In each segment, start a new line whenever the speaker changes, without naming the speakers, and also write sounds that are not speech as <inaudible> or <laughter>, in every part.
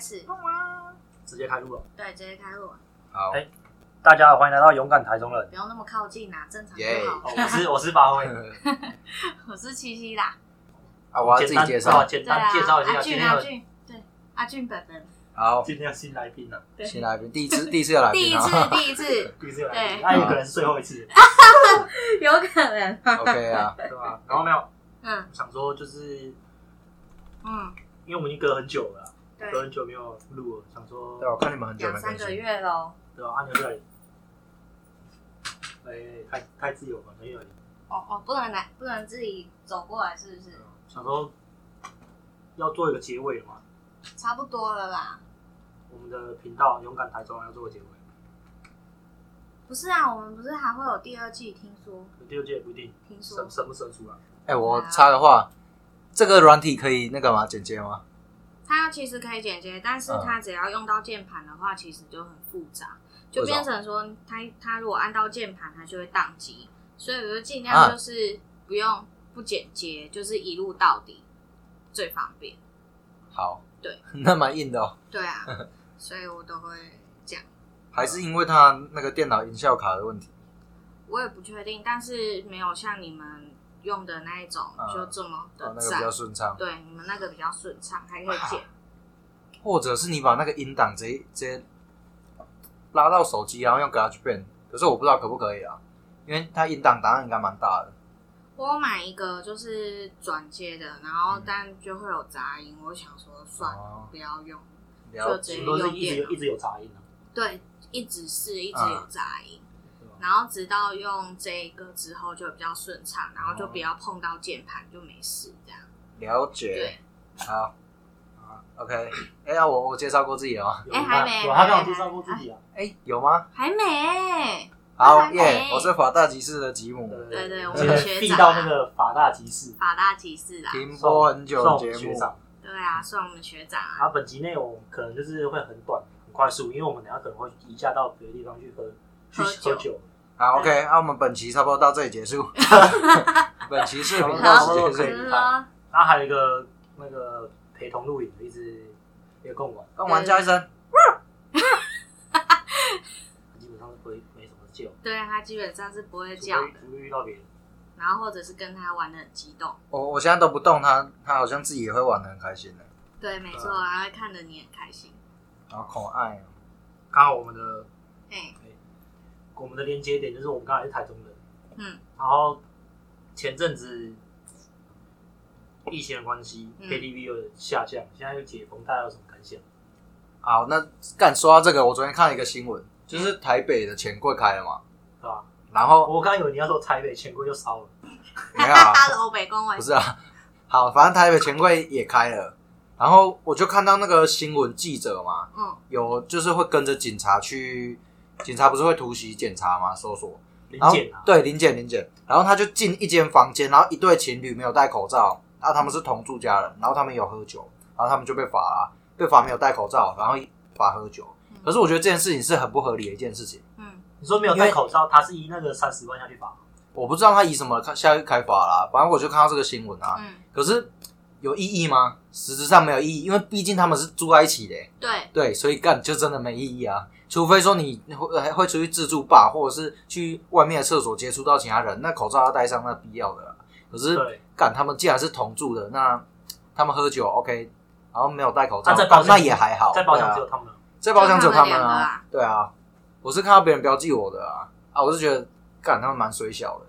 始，
直接
<laughs>
开录了。
对，直接开录，
好，
哎大家好，欢迎来到勇敢台中人。
不用那么靠近啦，正常就
Yeah
好。
哦、我是我是八位，
我是七七啦，
啊，呃我要
简
自己
单
介
好
绍。
简
对啊，
单介绍一下
阿
今
俊
天
阿
有
俊，对，阿俊本人，
好，
今天有新来宾了，
对，
新来宾，第
<laughs>
一次，第一次要来
第
宾
一次
啊。
第一
<laughs>
次，
第一次有来
对
宾，那也可能是最后一次，
有可能，
OK 啊，
对吧？然后没有
嗯
想说，就是
嗯，
因为我们已经隔很久了啦，
对，
隔很久没有录了，想说
<laughs> 对，我看你们很久
两
没
三
更
个
新。
月喽，
对吧？阿牛在，哎，太太自由了，没有
哦哦，不能来，不能自己走过来，是不是？
想说要做一个结尾了嘛，
差不多了啦，
我们的频道勇敢台中要做个结尾，
不是啊，我们不是还会有第二季？听说，
第二届也不一定
听
什
说
么，什么时候出来。
哎，我
啊
插的话，这个软体可以那个吗？简介吗？
它其实可以剪接，但是
嗯
它只要用到键盘的话，其实就很复杂，就变成说它它如果按到键盘，它就会宕机，所以我就尽量
啊
就是不用、不剪接，就是一路到底最方便。
好， <laughs>
对，
那蛮硬的哦。
对
<laughs>
啊，所以我都会讲，
还是因为它那个电脑音效卡的问题。
我也不确定，但是没有像你们用的那一种、
嗯
就这么
哦
的，
那个比
赞。
较顺畅，
对，你们那个比较顺畅，还可以剪。
或者是你把那个音档直接直接拉到手机，然后用 GarageBand，可是我不知道可不可以啊，因为它音档档案应该蛮大的。
我有买一个就是转接的，然后
嗯
但就会有杂音，我想说算了，
哦，
不要用。
了
就
解
直接
顶多是
用
一直
电脑
有一直有杂音啊，
对，一直是一直
啊
有杂音，
对吧？
然后直到用这一个之后就比较顺畅，然后就不要碰到键盘就没事这样。
了解。
对，
好，OK，哎、呀，我我介绍过自己了吗？
有
哎
啊
还没
有啊他
还没
刚好介绍过自己啊，
哎、有吗？
还没。
好
还没
耶我是法大集市的吉姆，
对对我
直
们
接
学
避
长
到
啊
那个法大集市，
法大集市啦，
停播很久的
算我们
节
学
目，
长。
对啊，算我们学长啊。
啊，本集内容可能就是会很短、很快速，因为我们等一下可能会移驾到别的地方去喝、去
喝酒
喝酒。
好 OK，那、我们本期差不多到这里
<laughs>
结束，本期视频到
好
此结
对
束
对，
是啊，
然后还有一个那个陪同录影的，一直也跟我玩，
跟玩家一声，
基本上是不会没什么救，
对他基本上是不会
除
叫
非
的，
除非遇到别人。
然后或者是跟他玩的很激动。
我我现在都不动他，他好像自己也会玩的很开心的，
对，没错，
对
然后看着你很开心。
好可爱哦、
刚好我们的
哎，
我们的连接点就是我们刚才是台中人，
嗯，
然后前阵子疫情的关系、
嗯
k t v 又下降，现在又解封，大家有什么感想？
好，那干说到这个，我昨天看了一个新闻，就是台北的钱柜开了嘛，
对吧？
然后
我刚刚以为你要说台北钱柜又烧了，
没有啊。
他的欧北公文
不是啊，好，反正台北钱柜也开了，然后我就看到那个新闻记者嘛，
嗯，
有就是会跟着警察去，警察不是会突袭检查吗？搜索，
零
然后
检啊，
对，临检临检，然后他就进一间房间，然后一对情侣没有戴口罩，然后他们是同住家人，然后他们有喝酒，然后他们就被罚啦，被罚没有戴口罩，然后罚喝酒。可是我觉得这件事情是很不合理的一件事情，
嗯，
你说没有戴口罩，他是以那个三十万下去罚，
我不知道他以什么开下去开罚啦，反正我就看到这个新闻啊，
嗯，
可是有意义吗？实质上没有意义，因为毕竟他们是住在一起的、
对，
对，所以干就真的没意义啊。除非说你会会出去自助吧，或者是去外面的厕所接触到其他人，那口罩要戴上，那必要的啦。可是
对，
干他们既然是同住的，那他们喝酒 OK，然后没有戴口
那
罩，
啊在包厢
那也还好。
在包厢只
对
有
啊，
他们，
在包厢只有他们
就他们两个
啊
啊。
对啊，我是看到别人标记我的啊啊，我是觉得干他们蛮水小的，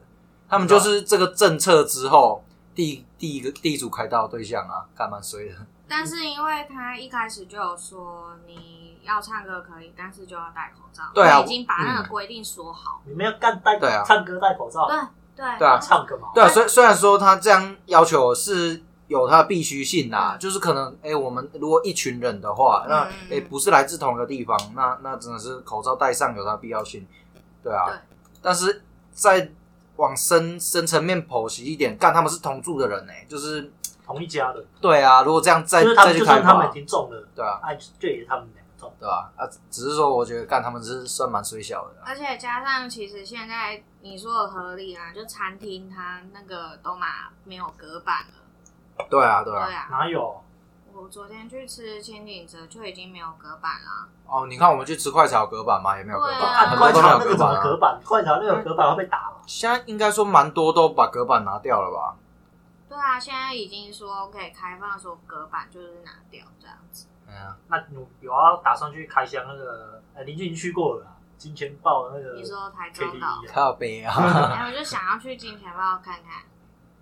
他们就是这个政策之后第第一个第一组开刀的对象啊，干蛮水的。
但是因为他一开始就有说你要唱歌可以，但是就要戴口罩。
对啊
他已经把那个
嗯
规定说好。
你们要干戴
对啊
唱歌戴口罩，
对
对啊
唱个嘛，
对啊，虽虽然说他这样要求是有它的必须性啦，就是可能哎、诶我们如果一群人的话，那哎
嗯、
诶不是来自同一个地方，那那真的是口罩戴上有它的必要性，对啊。
对
但是再往深深层面剖析一点，干他们是同住的人呢、欸就是
同一家的，
对啊，如果这样再
就是他
再
们
去
就
开
算他们
发
已，经中了，
对啊，
哎，就也是他们两个中，
对啊，啊，只是说我觉得干他们是算蛮水小的啊、
而且加上，其实现在你说的合理啊，就餐厅它那个都嘛没有隔板了，
对啊，对
对
啊，
啊，
哪有？
我我昨天去吃千顶泽就已经没有隔板啦，
哦，你看我们去吃快炒隔板嘛，也没有隔
对
板，
啊
很
快
多都
炒
没有
那个怎
隔板、
么隔
啊。
板？快炒那个隔板会被打吗？
现在应该说蛮多都把隔板拿掉了吧？
对啊，现在已经说可以开放说隔板就是拿掉这样子，
嗯，
那你有要打算去开箱那个？呃，林俊去过了啦，金钱豹那个
你说台中岛，
KTV 啊，
靠背啊，
哎，我就想要去金钱豹看看，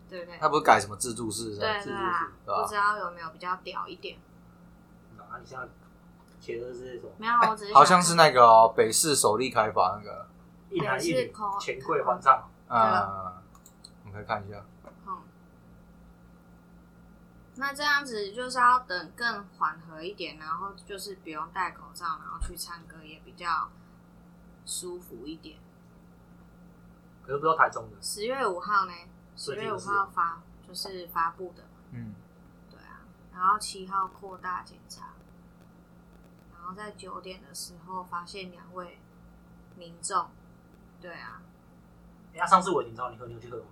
对不对？
他不是改什么自助式？
对
是
对
是
啊，
是
对啊
不知道有没有比较屌一点？
啊，你现在铁的是什么？
没有，我只是
哎好像是
想
那个哦、北市首例开发那个，
一男
是
一
啊
女
口，
钱柜还账。
啊
嗯，我们可以看一下。
嗯，那这样子就是要等更缓和一点，然后就是不用戴口罩，然后去唱歌也比较舒服一点。
可是不知道台中的，
十月五号呢？十
最近
月
的
五
事
号发就是发布的，
嗯，
对啊。然后七号扩大检查，然后在九点的时候发现两位民众，对啊，
哎呀，上次我已经知道你喝，你有去喝吗？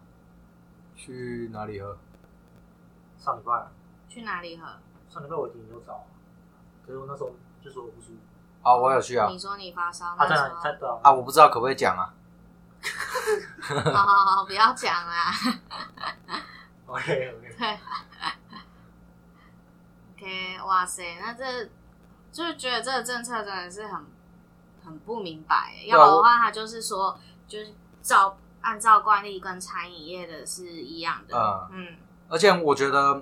去哪里喝？
上礼拜，
去哪里喝？
上礼拜我已经有找，可是我那时候就说我不舒服。
啊，我有去啊。
你说你发烧
啊，
那
在
时
哪？
候
在，对啊，
啊，我不知道可不可以讲啊。
<laughs> 好好好，不要讲啦。 <laughs>
OK OK，
OK，哇塞，那这就是觉得这个政策真的是很很不明白耶。要
对啊
不然
我
的话，他就是说，就是照按照惯例跟餐饮业的是一样的。嗯
而且我觉得，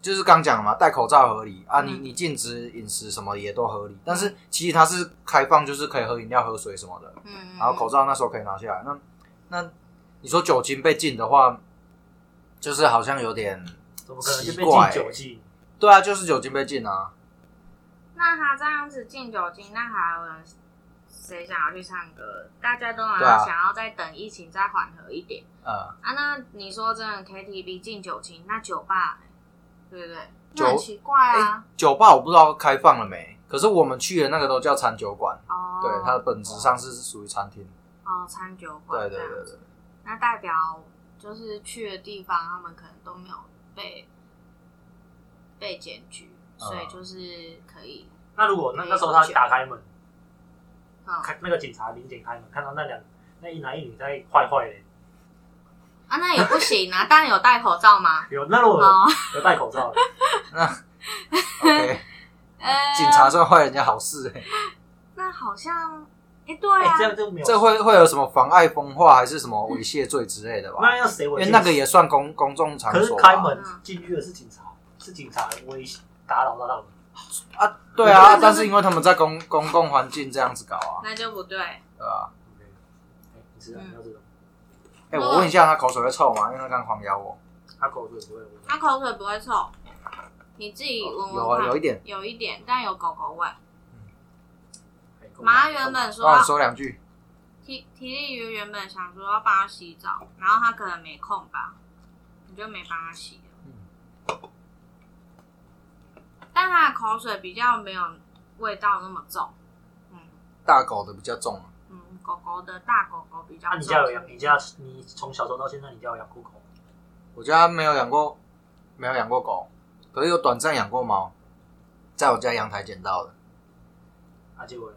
就是刚讲了嘛，戴口罩合理啊，你
嗯
你禁止饮食什么也都合理。但是其实它是开放，就是可以喝饮料、喝水什么的，
嗯，
然后口罩那时候可以拿下来。那那你说酒精被禁的话，就是好像有点
怎么可能就被
奇怪
禁酒精？
对啊，就是酒精被禁啊。
那他这样子禁酒精，那还有人谁想要去唱歌？大家都好
对啊
像想要再等疫情再缓和一点
呃，
啊。那你说真的 KTV 禁酒精，那酒吧呢对不对？
酒
那很奇怪啊。
酒吧我不知道开放了没，可是我们去的那个都叫餐酒馆，
哦，
对，它的本质上是属于餐厅。
哦，餐酒馆
对
这
对
样
对
子
对，
那代表就是去的地方，他们可能都没有被被检举，
嗯
所以就是可以，
那如果那那时候他打开门，
嗯
看那个警察临检开门，看到那两那一男一女在坏坏的，
啊，那也不行
<laughs>
啊。当然有戴口罩吗？
有那如果有
哦，
有戴口罩的，
<laughs>
OK，
呃，
<laughs> 警察算坏人家好事哎、
那好像，哎，对
哎，
啊
这，样就没有
这会会有什么妨碍风化还是什么猥亵罪之类的吧？
那要谁
因
违
为
禁？
那个也算公公众场
可是
所啊吧
开门
嗯
进去的是警察，是警察威胁打扰到他们。
啊，对啊，
对
但是因为他们在公公共环境这样子搞啊，
那就不对。
对吧、
OK，哎，你知道
嗯
你要这种，
哎、我问一下，他口水会臭吗？因为他刚狂咬我，
他口水不会闻。
它口水不会臭，你自己闻
有
闻
啊，
看，
有一点。
有一点，但有狗狗味。
哎够了
马上原本说
啊，
要
你说两句。
体体力鱼原本想说要帮他洗澡，然后他可能没空吧，你就没帮他洗了。
嗯
但他的口水比较没有味道那么重，嗯
大狗的比较重啊，
嗯，狗狗的大狗狗比较
那
重。
你家有养？你家你从小时候到现在，你家有养过狗吗？
我家没有养过，没有养过狗，可是有短暂养过猫，在我家阳台捡到的。
啊，结果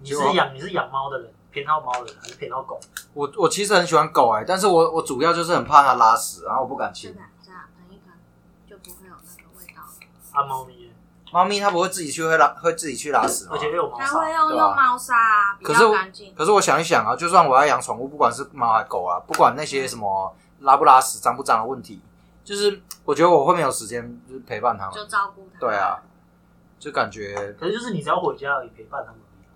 你
结
是
果
养你是养猫的人，偏好猫的人还是偏好狗？
我我其实很喜欢狗哎、但是我我主要就是很怕它拉屎，然后我不敢
这
亲
个。这样喷一喷就不会有那个味道了。
啊，猫咪耶，
猫咪它不会自己去会拉会自己去拉屎吗
而？且又有毛
他
砂
会。用
对啊
用猫砂、啊，比
可是
较
我
干净。
可是我想一想啊，就算我要养宠物，不管是猫还狗啊，不管那
嗯
些什么拉不拉屎、脏不脏的问题，就是我觉得我会没有时间就是陪伴它
就
们，
照顾它。
对啊，就感觉
可是就是你只要回家而已，陪伴它们而已，啊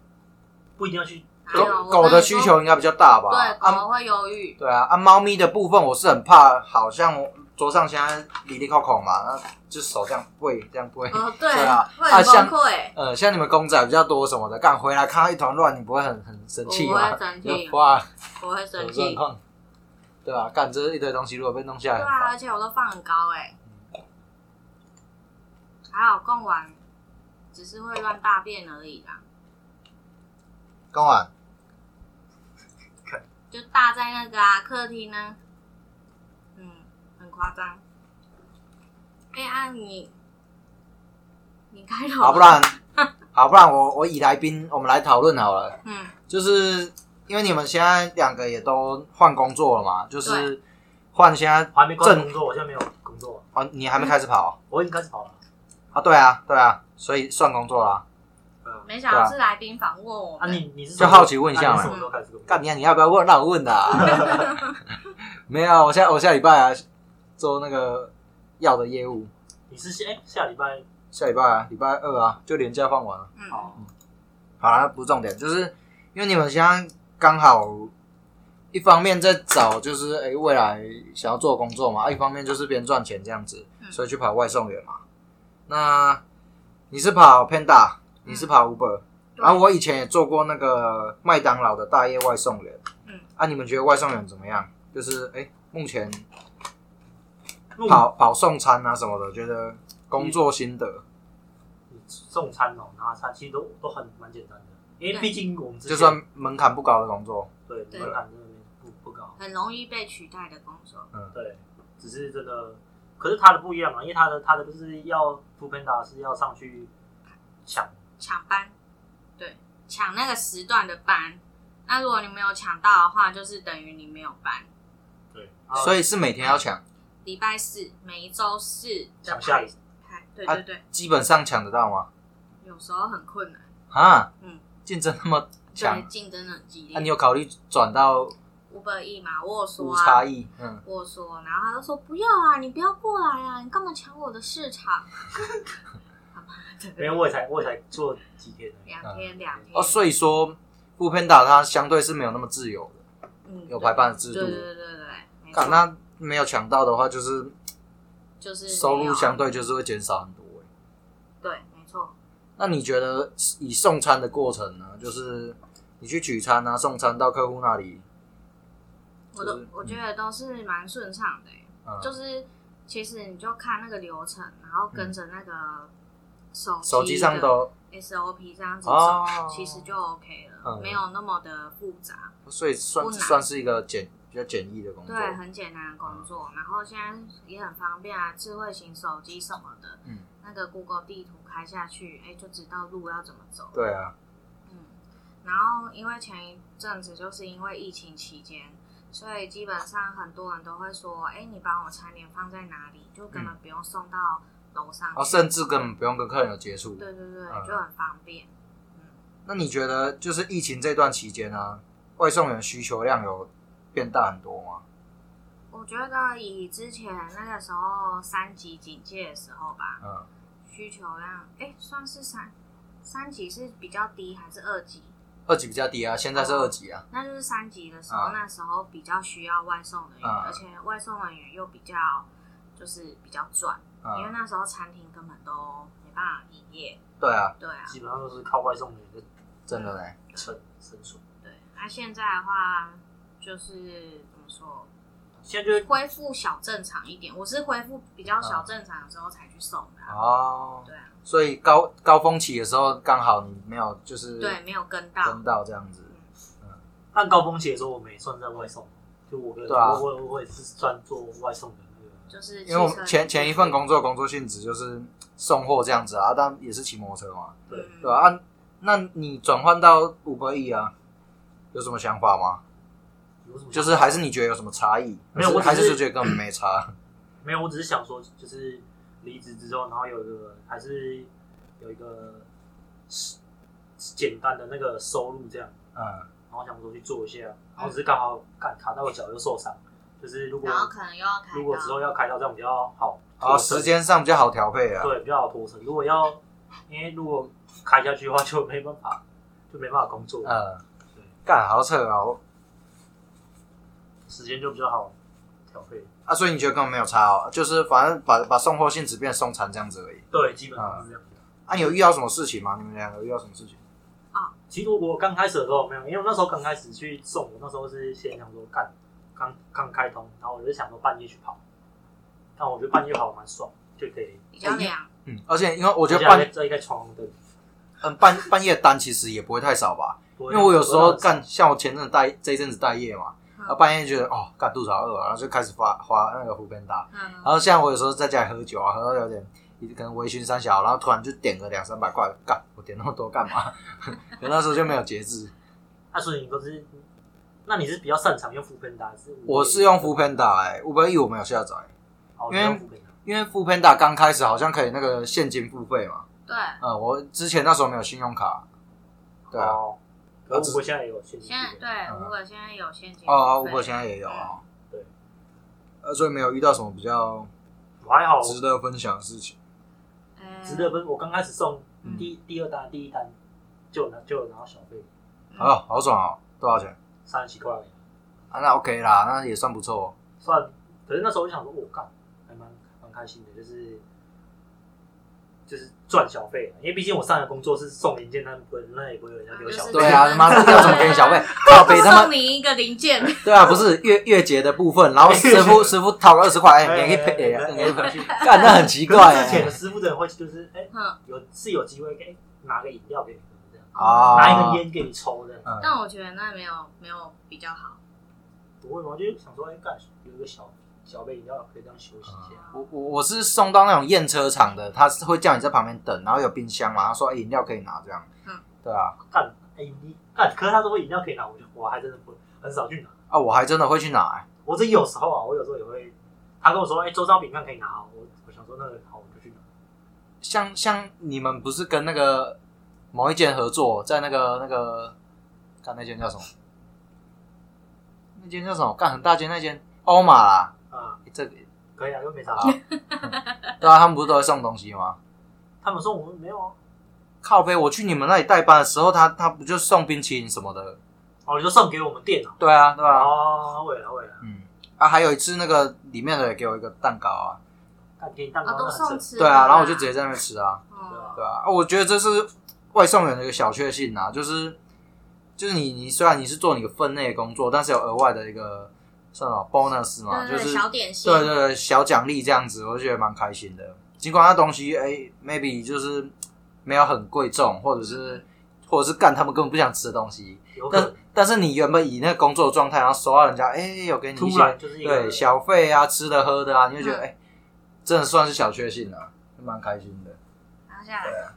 不一定要去。
还有
狗
啊我
狗
跟
的
你
需
说
求应该比较大吧？
对，
啊
狗会忧郁。
对啊，啊，猫咪的部分我是很怕，好像我桌上现在里里扣扣嘛，那就手这样跪，这样跪。
哦，对
对啊
会
啊
很
像
崩溃。
呃，像你们公仔比较多什么的，干回来看到一团乱，你不会很很生气吗
我不会生？气
<laughs> 就哇，
我会
什
生
么状
气。
况？对啊，干这一堆东西，如果被弄下来
对
很
啊，
烦，
而且我都放很高哎、还好贡丸只是会乱大便而已啦，
刚完
就大在那个啊客厅呢，嗯，很夸张。哎、啊你，你开头
啊好，不然好，不然我我以来宾，我们来讨论好了。
嗯，
就是因为你们现在两个也都换工作了嘛，就是换现在
我还没关
正
工作，我现在没有工作，啊
哦，你还没开始跑
我已经开始跑了。
啊？对啊，对啊，所以算工作啦。
嗯，
没想到是来宾访问我
啊，
们，
你你是
就好奇问一下嘛
啊你什么时候开始工作？
干你、啊，你要不要问？让我问的、啊。没有，我下我下礼拜啊，做那个药的业务，
你是下哎下礼拜
下礼拜啊，礼拜二啊，就连假放完了。
嗯，
哦，
好啦，不是重点，就是因为你们现在刚好一方面在找，就是哎、诶未来想要做工作嘛，啊一方面就是边赚钱这样子，
嗯
所以去跑外送员嘛。那你是跑 Panda，你是跑 Uber，、
嗯对
然啊后我以前也做过那个麦当劳的大夜外送员，
嗯，
啊，你们觉得外送员怎么样？就是哎、诶目前
入
跑跑送餐啊什么的，觉得工作心得，
你送餐哦，拿餐其实都都很蛮简单的，因为
对
毕竟我们之前
就算门槛不高的工作，
对
对
门槛真的没不不高，
很容易被取代的工作，
对，只是真的，可是他的不一样啊，因为他的他的就是要 f o o p a n d a 是要上去抢，
抢班，对，抢那个时段的班。那如果你没有抢到的话，就是等于你没有班。
对，
所
以
以是每天要抢。
礼拜四，每一周四的
抢下
排
一
排，对
啊
对对，
基本上抢得到吗？
有时候很困难，
啊，
嗯，
竞争那么强
对，，竞争很激
那、啊你
烈。
有考虑转到
五百亿嘛，我有
无
说
差
啊，
异？嗯，
我有说，然后他就说不要啊，你不要过来啊，你干嘛抢我的市场？
因为我也才我也才做几天而已，
两天两天
哦，所以说不偏打它相对是没有那么自由的，
嗯
有排班的制
对
度
对。对对对，没
干
错，
那没有抢到的话，就是
就是
收
没有
入
啊
相对就是会减少很多欸、
对，啊没错，
那你觉得以送餐的过程呢？就是你去取餐啊，送餐到客户那里，
我
就
都
是
我觉得都是蛮顺畅的欸、
嗯，
就是其实你就看那个流程，然后跟着那个手
手机上
的
都
SOP 这样子走，
哦，
其实就 OK 了，
嗯
没有那么的复杂，
所以
不
算
难
算是一个简比较简易的工作，嗯
对，很简单的工作。然后现在也很方便啊，智慧型手机什么的，
嗯，
那个 Google 地图开下去，哎、就知道路要怎么走。
对啊，
嗯，然后因为前一阵子就是因为疫情期间，所以基本上很多人都会说，哎、你把我餐点放在哪里，就根本不用送到楼上去。
嗯哦，甚至根本不用跟客人有接触，
对对对，
嗯
就很方便。嗯
那你觉得就是疫情这段期间啊，外送员需求量有变大很多吗？
我觉得以之前那个时候三级警戒的时候吧，
嗯，
需求量哎、算是三三级是比较低还是二级？
二级比较低啊，现在是二级啊，
那就是三级的时候，
啊
那时候比较需要外送人员，
啊
而且外送人员又比较就是比较赚，因为
嗯，
那时候餐厅根本都没办法营业。
对啊，
对啊，
基本上都是靠外送员的
真的嘞，
撑生存。
对。那现在的话，就是怎么说，
现在就是
恢复小正常一点。我是恢复比较小正常的时候才去送的啊、
哦，
对啊，
所以高高峰期的时候刚好你没有就是
对，没有跟到。
跟到这样子，
但高峰期的时候，我们也算在外送，就我跟
对啊
我我我也是算做外送的那个。
就是
因为我
汽车
们前前一份工作工作性质就是送货这样子啊，但也是骑摩托车嘛，
对
嗯
对吧、啊？那你转换到五百亿啊，有什么想法吗？
有什么
就是还是你觉得有什么差异？
没有我只是
还是就觉得根本没差。
没有，我只是想说，就是离职之后，然后有一个还是有一个是是简单的那个收入这样，
嗯，
然后想说去做一下，
嗯
然后只是刚好卡卡到脚又受伤，就是如
嗯
果
然后可能又要开
如果之后
刀，
要开刀这样比较好
啊，
脱身
时间上比较好调配啊。
对比较好脱身，如果要因为如果开下去的话就没办法就没办法工作，
嗯
对，
干好扯哦。
时间就比较好调配，
啊，所以你觉得根本没有差哦，就是反正把把送货性质变送餐这样子而已。
对，基本上是这样。
啊，你有遇到什么事情吗？你们两个有遇到什么事情？
其实我刚开始的时候没有，因为我那时候刚开始去送，我那时候是先想说干，刚刚开通，然后我就想说半夜去跑，但我觉得半夜跑蛮爽，就可以。
比较凉。
嗯，而且因为我
我
觉得半
这一个床对，
嗯半半夜单其实也不会太少吧，
因
因为我有时候干，像我前阵子待这一阵子待业嘛，
嗯
啊半夜觉得哦干肚子好饿啊，然后就开始发花那个胡边打，
嗯
然后像我有时候在家里喝酒啊，喝到有点可能微醺三小，然后突然就点个两三百块，干我点那么多干嘛？ <laughs> 可那时候就没有节制。
啊，所以你都是，那你是比较擅长用副喷打，是？
我是用 f o o Panda 哎、五百一我没有下载，
哦，
因
你
为
用副喷打，
因为 f o o Panda 刚开始好像可以那个现金付费嘛。
对，
嗯，我之前那时候没有信用卡。对啊，
哦，可是我现在也有现金
现在
付费，
对
嗯
五本现在有现金
哦，
付
五
费
百现在也有啊。
对，
呃，所以没有遇到什么比较
我还好，
值得分享的事情。
呃
值得分。我刚开始送
嗯
第第二单、第一单就有拿就有拿到小费，
嗯
好、好爽哦！多少钱？
三十七块而已，
啊，那 OK 啦，那也算不错、哦。
算。可是那时候我想说，我干，还蛮蛮开心的，就是就是赚小费啊，因为毕竟我上的工作是送零件，那不会那也不会有人要给我小
啊
费。
就是
对啊，他妈这要怎么给你小费？靠北他妈
送你一个零件， <laughs>
对啊，不是月月结的部分，然后师傅师傅掏个二十块，哎，你可以赔，哎你可以赔，干那很奇
可
怪
是之前的
哎。
师傅的人会就是，哎、
嗯，
有是有机会给拿个饮料给你喝这样，
啊
拿一根烟给你抽这样，
嗯
但我觉得那没有没有比较好，
不会吗？就是想说，哎、干有一个小小杯饮料可以这样休息一下。
啊
我我我是送到那种验车场的，他是会叫你在旁边等，然后有冰箱嘛，他说哎饮料可以拿这样
嗯。
对啊，
干、哎、你干，可是他说饮料可以拿，我就我还真的不很少去拿。
啊，我还真的会去拿，哎
我这有时候啊，我有时候也会，他跟我说，哎、周遭饼干可以拿哦，我我想说那个好，我就去拿。
像像你们不是跟那个某一间合作，在那个那个，干那间叫什么？那间叫什么？干很大间那间欧玛啦，
啊、
哎这个
可以啊，又没啥
<laughs> 啊。。对啊，他们不是都会送东西吗？
他们说我们没有啊，
靠背，我去你们那里代班的时候，他他不就送冰淇淋什么的？
哦，你就送给我们电脑。
对啊，对啊，
哦，为了为了，
嗯啊，还有一次那个里面的也给我一个蛋糕啊，
干给你蛋糕
啊，
那
都
很
送
省，
吃的
对啊，然后我就直接在那边吃啊，
对
嗯，
啊
对啊，啊我觉得这是外送员的一个小确幸啊，就是就是你你虽然你是做你的分内的工作，但是有额外的一个算什么 bonus 嘛，
对
就
对对
是
小点心，
对对对小奖励这样子，我就觉得蛮开心的。尽管那东西哎、maybe 就是没有很贵重，或者是或者是干他们根本不想吃的东西，
有可
但
能
但是你原本以那个工作状态，然后收到人家，哎、有给你一
突
些
然就是一个
对小费啊、吃的喝的啊，你就觉得
嗯
哎、真的算是小确幸了、啊，蛮开心的。
拿下来，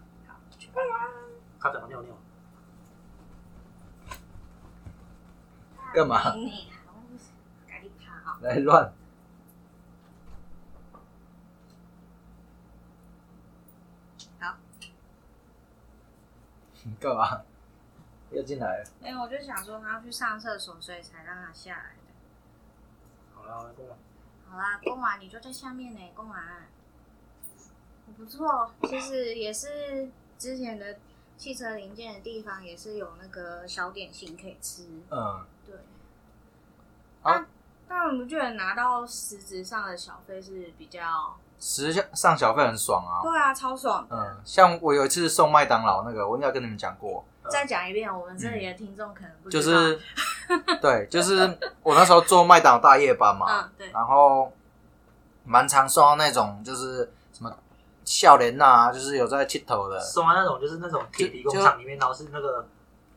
他怎么尿尿？
干嘛
给你啊我就是咖喱卡啊
来乱？
好，
<laughs> 干嘛？要进来了？
没哎有，我就想说他要去上厕所，所以才让他下来的。
好了，我来跟我
好啦，公完你就在下面呢、公完。不错，其实也是之前的汽车零件的地方，也是有那个小点心可以吃。
嗯，
对。
好
但但我们觉得拿到实质上的小费是比较，
时下上小费很爽啊。
对啊，超爽。
嗯，像我有一次送麦当劳那个，我应该跟你们讲过，
嗯
再讲一遍，我们这里的听众可能不知
就
道。 <laughs>
是对，就是我那时候做麦当劳大夜班嘛，
嗯，
啊
对，
然后蛮常送到那种就是什么笑脸呐，就是有在剃头的，
送完那种就是那种铁皮工厂里面，然后是那个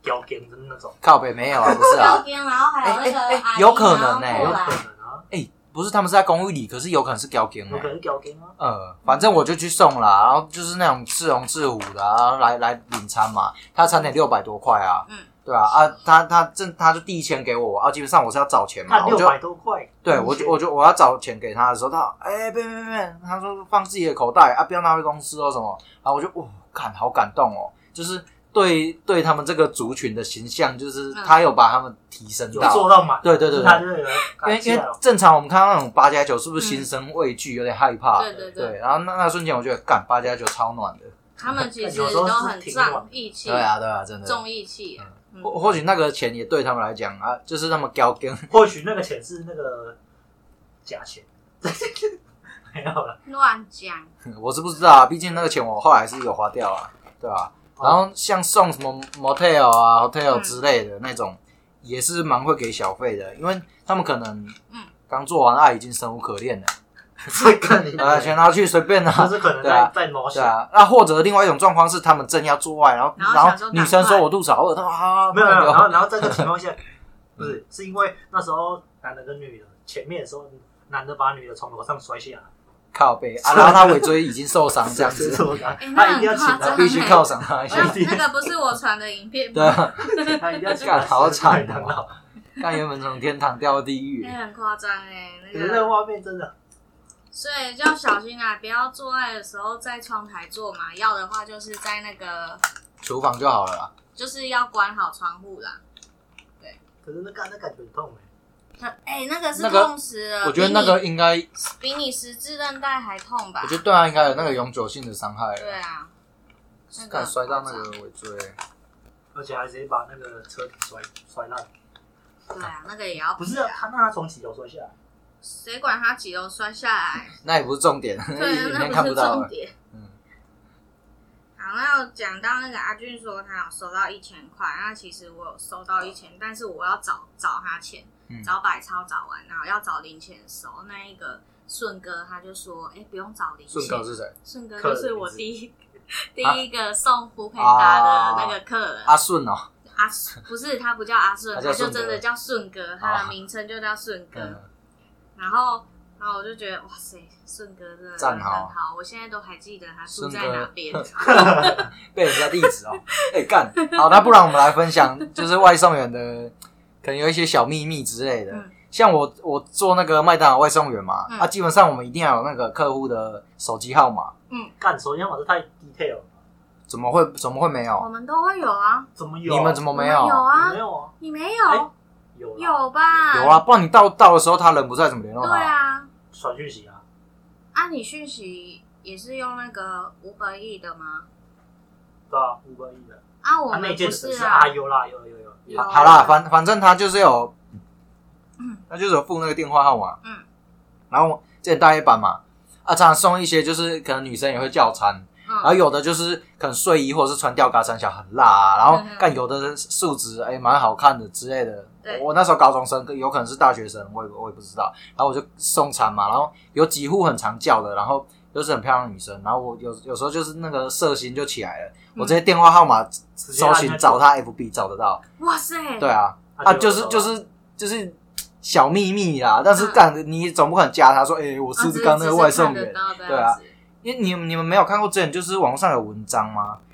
雕根的那种，
靠北没
<laughs>
有啊，不是
旁
啊，
边然后还有那个
哎哎哎
阿姨
有可能
然
哎
后
有
过
可
来
能啊，
哎、不是他们是在公寓里，可是有可能是高间
有可能是雕根啊。
呃，反正我就去送啦，然后就是那种赤龙赤虎的、啊，然后来来领餐嘛，他餐点六百多块啊，
嗯，
对啊，啊，他他正他就递钱给我，啊，基本上我是要找钱嘛，
看
我
六
就
百多块，
对我就我就我要找钱给他的时候，他哎别别别，他说放自己的口袋啊，不要拿回公司哦什么，然后我就哇，感好感动哦，就是对对他们这个族群的形象，就是
嗯
他有把他们提升
有
到，
做到满，
对对对
他
对，
就有
因为
感
因
谢
为
了。
正常我们看到那种八加九是不是心生畏惧，有点害怕，
对对对，
对，然后那那瞬间我觉得，干八加九超暖的。
他们其实
有时候
都
是
很
挺
仗
暖
义气，
对啊，对啊，真的。
重义气。嗯
或或许那个钱也对他们来讲啊，就是那么高跟。
或许那个钱是那个假钱， <laughs> 没有了。
乱讲，
我是不知道啊，毕竟那个钱我后来是有花掉啊，对吧、
哦
然后像送什么 motel 啊、hotel
嗯
之类的那种，也是蛮会给小费的，因为他们可能
嗯
刚做完啊爱已经生无可恋了，
这个你
呃，全拿去随便
就
啊。
是可能
对啊
在在毛
对
线，
啊，那或者另外一种状况是，他们正要做爱，然后
然后想说
女生说我肚子好饿，他说啊，
没有没有。
不能留
然后然后在这个情况下，不
嗯
是是因为那时候男的跟女的前面的时候，男的把女的从楼上摔下来，
靠背啊，然后他尾椎已经受伤这样
<laughs> 谁
子，
说的
哎那
他一定要请
很夸
他
张欸
必须犒赏他一下。
哦那那个不是我传的影片
对
吗？
啊，
他一定要请
干好惨
的。
哦，看原本从天堂掉到地狱
那、，很夸张哎，
可
那
是那个
个，
画面真的，
所以要小心啊，不要做爱的时候在窗台做嘛，要的话就是在那个，
厨房就好了啦。
就是要关好窗户啦。
可是那干那感觉很痛哎。
那哎、那个是
那个
痛死了，
我觉得那个应该，我
呃比你比你十字韧带还痛吧？
觉得对啊他应该有那个永久性的伤害
对
了，
啊，那个啊
敢摔到那个尾椎，
而且还直接把那个车顶摔摔烂。
对哦啊，那个也要
不是啊，他那他从几楼摔下来？
谁管他几楼摔下来？啊
那也不是重点， <laughs>
对啊，
影片
那
看
不
不
是
到
重
了。
点。
嗯，
好，那讲到那个阿俊说他有收到一千块，那其实我有收到一千，但是我要找找他钱
嗯，
找百超找完，然后要找零钱的时候，那一个顺哥他就说，哎、不用找零钱，
顺哥是谁？
顺哥就是我第一 <laughs> 第
啊
一个送胡佩达的那个客人，
阿顺哦，
阿不是他不叫阿顺，
他
他
叫
就
顺哥
真的叫顺哥，他的名称就叫顺哥。
嗯，
然后，然后我就觉得哇塞，顺哥真的人
赞
很
好
好，我现在都还记得他住
顺
在
哥
哪边。
被人家地址哦。哎干，好，那不然我们来分享，就是外送员的，可能有一些小秘密之类的。
嗯
像我我做那个麦当劳外送员嘛，
嗯
啊，基本上我们一定要有那个客户的手机号码，
干，首先我是太 detail 了，
怎么会怎么会没
我
有？
们都会有啊，
怎么有？
你们怎么
我们
没
有啊
没，有啊？
你没
哎
有？
有啦
有吧？
有啊，，不然你到到的时候他人不在，怎么联络
对
他？
啊，
传讯息啊，
啊，你讯息也是用那个五百亿的吗？
对啊，五百亿的。
啊，我
他
们
那件
不
只是
啊
啊，，有啦，有有有
有
有
好好啦，反反正他就是有，
嗯
他就是有付那个电话号码，
嗯，
然后这大夜班嘛，啊，常常送一些就是可能女生也会叫餐，然后
嗯，
有的就是可能睡衣或者是穿吊嘎三小很辣啊，然后
嗯嗯
干有的素质哎蛮好看的之类的
对。
我那时候高中生，有可能是大学生，我也我也不知道。然后我就送餐嘛，然后有几户很常叫的，然后都是很漂亮的女生，然后我有有时候就是那个色心就起来了，
嗯
我直接电话号码
直接
搜
按
寻
下去
找她 FB 找得到。
哇塞，
对啊，啊就是就是就是小秘密啦，但是
嗯
干你总不可能加他说，哎，我
啊，
是不
只
是刚那个外送员？，对
对
啊，因为你你们没有看过之前就是网上有文章吗？
嗯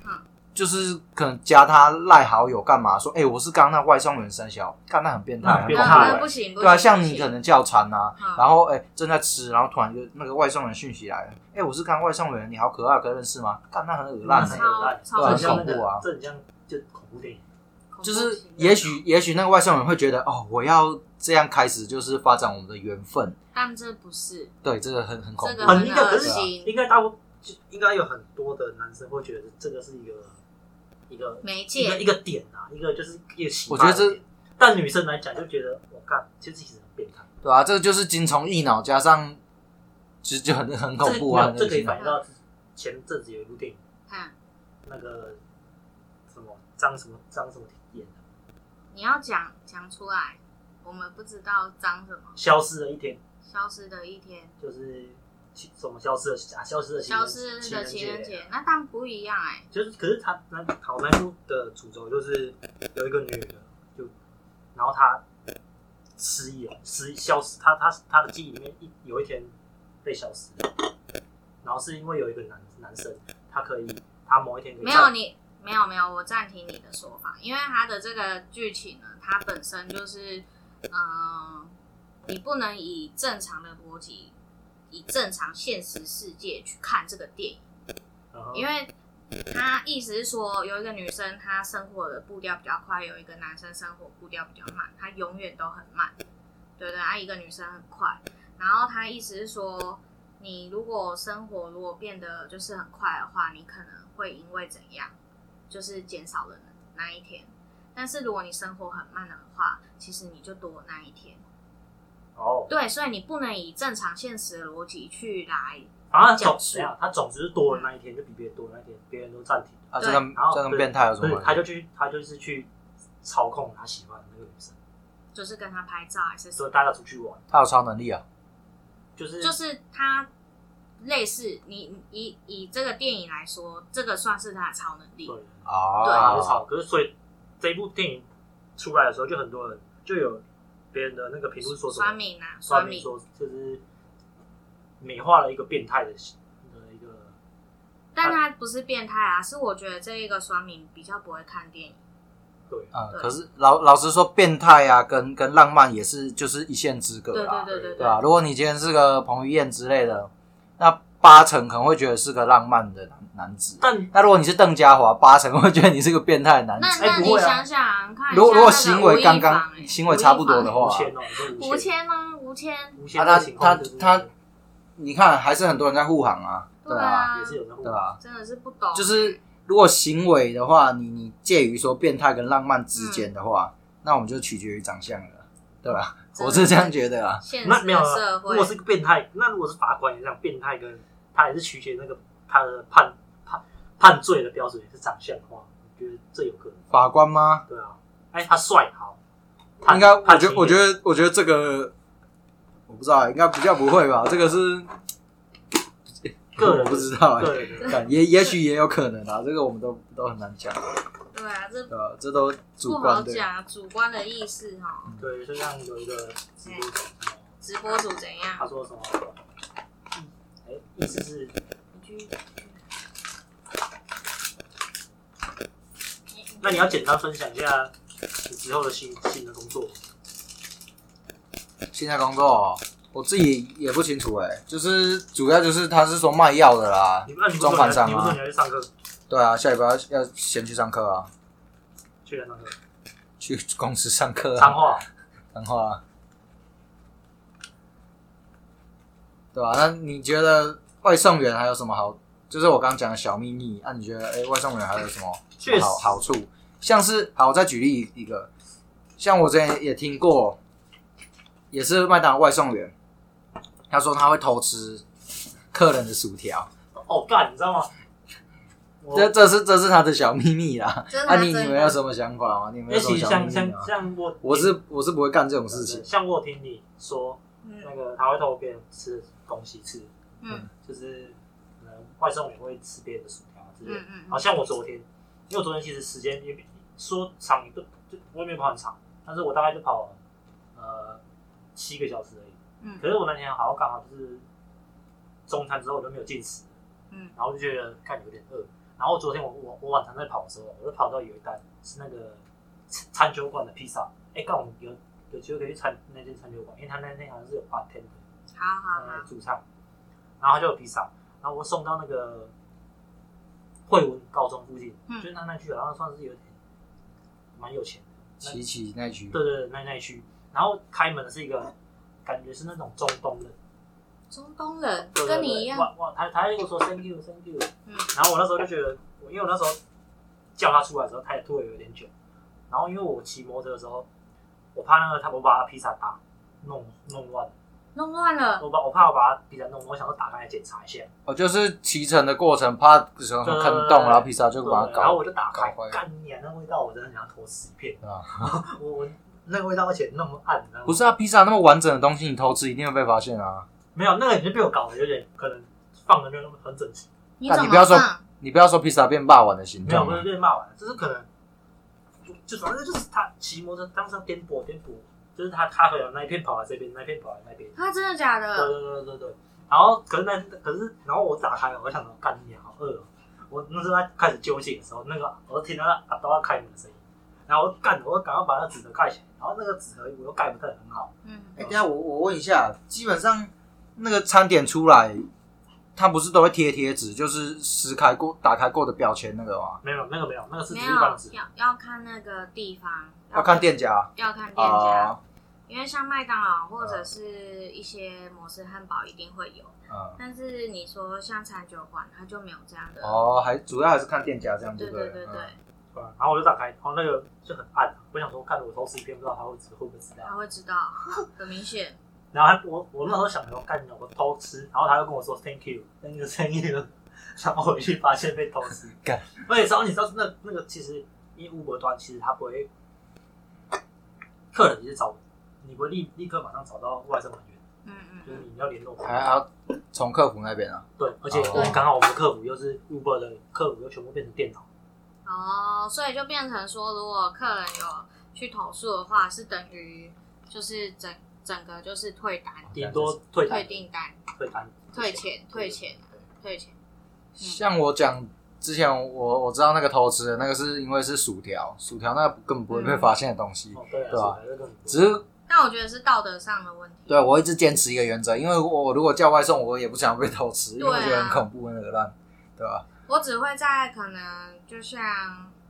就是可能加他赖好友干嘛？说，哎、我是刚刚那外送员三小，干那很变态，
那
很
那
很变
恐
态
怖
那
欸
不行，不
对啊，
行
像
不
你
行
可能叫餐啊，
嗯
然后哎、正在吃，然后突然就那个外送员讯息来了，哎、我是刚外送员，你好可爱，可以认识吗？干那很恶烂欸
嗯超超
很
级
像那
恐怖啊
个，这很像就恐怖电影。
恐怖
就是
情人
也许也许那个外送员会觉得，哦，我要这样开始就是发展我们的缘分，
但这不是，
对，这个很很恐
这
怖，欸
个
很
很
那个
恶
啊可是
心，
应该大部就应该有很多的男生会觉得这个是一个一个
媒
一个
介
一个点啊，一个就是一个奇葩
我觉得这
的点，但女生来讲就觉得我干，其实其实很变态，
对啊，这个就是精虫益脑加上，就就很很恐怖啊，
这这可以
很恶
反映
心啊
到前阵子有一部电影，
看。
那个什么张什么张什么演的，
你要讲讲出来，我们不知道脏什么。
消失了一天，
消失的一天，
就是其什么消失了啊，消失了情
消
人
失
情
的
人
情人
节。啊
节，那当然不一样哎、
就是，可是他那好莱坞的主轴就是有一个女的，就然后她失忆了，失消失，她她她的记忆里面一有一天被消失了，然后是因为有一个男男生，他可以他某一天可以
没
在
有你，没有没有，我暂停你的说法，因为它的这个剧情呢，它本身就是，嗯、你不能以正常的逻辑，以正常现实世界去看这个电影。
然后
因为他意思是说，有一个女生她生活的步调比较快，有一个男生生活步调比较慢，他永远都很慢，对不对？啊，一个女生很快，然后他意思是说，你如果生活如果变得就是很快的话，你可能会因为怎样，就是减少了那一天。但是如果你生活很慢的话，其实你就多那一天。
哦，
对，所以你不能以正常现实的逻辑去来
反正他
讲
总
述
怎样，他总之多了那一天就比别人多了那一天，别人都暂停了，
啊，
对
这跟
然后
这跟
对
变态有什
所以
么关系？
他就去他就是去操控他喜欢的那个女生，
就是跟他拍照还是什么
所以大家出去玩，
他有超能力啊，
就是
就是他类似你以以这个电影来说，这个算是他的超能力。
对。
啊
啊，，吵。可是所以这一部电影出来的时候，就很多人就有别人的那个评论说什
酸
么，
敏啊，
酸
酸
民
敏，
说就是美化了一个变态的的一个，
但他不是变态啊，是我觉得这一个酸民比较不会看电影。
对，
啊、
对
可是老老实说，变态啊，跟跟浪漫也是就是一线之隔
对
啦，
对对对
对啊吧、如果你今天是个彭于晏之类的，那八成可能会觉得是个浪漫的男男子。
但
那如果你是邓家华，八成会觉得你是个变态的男
那
子。
哎
那
不
你
会啊
想想看一下那个吴亦凡欸，
如果如果行为刚刚行为差不多的
话，
吴
话，
谦哦，你说
哎吴
吴
谦
谦，
呢？吴谦，
吴谦
啊他
的情况
他
就是
他你看还是很多人在护航啊，对啊，
啊
也，是有那
对啊，
真的是不懂，
就是如果行为的话，你你介于说变态跟浪漫之间的话，那我们就取决于长相了，对吧？
嗯真的
我是这样觉得啊，
现
那
实
没有
的
啊
社
如
会
果，是个变态，那如果是法官也这样，变态跟他也是取决那个他的判判判罪的标准也是长相的话，我觉得这有可能，
法官吗？
对啊，哎，他帅好，判
应该，我
判
觉
刑也
得我觉得我觉得这个我不知道，应该比较不会吧？这个
<laughs>
是
个人
我不知道，哎
个人的
但也也许也有可能啊，这个我们都都很难讲，
对啊，这
对吧？这都主
不好
观的。
讲啊，主观的意识哈。
对，就像有一个直播主，
直播主怎样
他？说什么？哎，意思是
你去，
那你要简单分享一下你之后的新新的工作，
现在工作哦、我自己也不清楚哎、就是主要就是他是说卖药的啦
你不那你，不是
装
说
盘
你要
商
你不是说
啊
你，要去上课，
对啊，下礼拜要要先去上课啊，
去哪上课？
去公司上课
彰
啊，
化，
然后啊，对吧、那你觉得外送员还有什么好？就是我刚刚讲的小秘密，那、你觉得哎、外送员还有什么
确实
好好处？像是好，我再举例一个，像我之前也听过，也是麦当劳外送员，他说他会偷吃客人的薯条，
哦，干，你知道吗？我
这这是这是他的小秘密啦。
真的
啊，你
真
你
的
们有什么想法吗？你们
哎，
有什
其
么
实
小
像
秘密
像
吗？
像我，
我是我是不会干这种事情，
像我有听你说那
嗯
个他会偷别人吃的东西吃，
嗯
就是可能外送也会吃别人的薯条之类的。
嗯
好像我昨天，因为我昨天其实时间也比说长也不就我也没有跑很长，但是我大概就跑了呃七个小时而已。
嗯
可是我那天好像刚好就是中餐之后我就没有进食，
嗯
然后就觉得看有点饿。然后昨天我我我晚上在跑的时候，我就跑到有一单是那个餐餐酒馆的披萨，哎，刚我们有有机会可以去餐那间餐酒馆，因为他那天好像是有八天的。
嗯，好好
呃
好，
驻唱，然后他就有披萨，然后我送到那个惠文高中附近，
嗯
就是那那区，好像算是有点蛮有钱的，
琪琪那局
那对对对，那那一区，然后开门的是一个感觉是那种中东的，
中东人
对对对
跟你一样，
哇哇，他他就跟我说 thank you thank you，
嗯
然后我那时候就觉得，我因为我那时候叫他出来的时候，他也吐了有点久，然后因为我骑摩托车的时候，我怕那个他我把他披萨打弄弄乱了，
弄乱了，
我把我怕我把他披萨弄，我想说打开来检查一下。
哦，就是骑乘的过程，怕什么坑洞，然后披萨就
对
把它
然后
搞
我就打开
搞坏，
干你啊！那味道我真的很想投十片。
啊。
<laughs> 我我那个味道，而且那么暗，然后
不是啊，披萨那么完整的东西，你偷吃一定会被发现啊！
没有那个已经被我搞的有点可能放的没有那么很整齐，
你
那
怎
你不要
么
说
放？啊你
你不要说披萨变霸王的形
没有
状
不是
啊，
被骂完了，就是可能就就反正就是他骑摩托车当时颠簸颠簸，就是他他可能那一片跑来这边，那一片跑来那边，
啊，真的假
对
的？
对对对对。然后可是那可是然后我打开，我想说干你啊好饿、哦。我那时候在开始纠结的时候，那个我就听到那阿刀要开门的声音，然后我就干，我就赶快把那纸盒盖起来，然后那个纸盒我又盖不太很好。
嗯
哎、等一下我我问一下，基本上那个餐点出来，它不是都会贴贴纸，就是撕开过、打开过的标签那个吗？
没有，那个没有，那个是只
没
是
有
一般的纸。
要要看那个地方，
要看店家
要看店家，
啊，
因为像麦当劳或者是一些摩斯汉堡一定会有，
嗯，
但是你说像餐酒馆，它就没有这样的。
哦，还主要还是看店家这样
对
不
对
对
对
了
对
嗯，
对吧然后我就打开，然后那个就很暗，啊我想说，看我偷吃一片，不知道他会吃会不会知道。
他会知道， <laughs> 很明显。
然后他我我那时候想说，干你我偷吃，然后他就跟我说 Thank you，Thank you，Thank you，然 <laughs> 后我去发现被偷吃。
<laughs> 干，
而且然后你知道那那个其实因为 Uber 端其实他不会，客人也是找你不会立立刻马上找到外送人员，
嗯嗯
就是
嗯，
你要联络。
还还要从客服那边啊，
对，而且
哦
刚好我们客服又是 Uber 的客服，又全部变成电脑。
哦，所以就变成说，如果客人有去投诉的话，是等于就是整整个就是退单、
顶多
退
退单，
订单。
退摊
退钱退钱
对
退钱，
像我讲之前我，我知道那个偷吃的那个是因为是薯条，薯条那根本不会
嗯
被发现的东西。
哦，对啊，
对啊
是的那个很多
只是
但我觉得是道德上的问题。
对啊我一直坚持一个原则，因为我如果叫外送，我也不想被偷吃，因为
对
我
啊
觉得很恐怖，很恶烂，对吧、
我只会在可能就像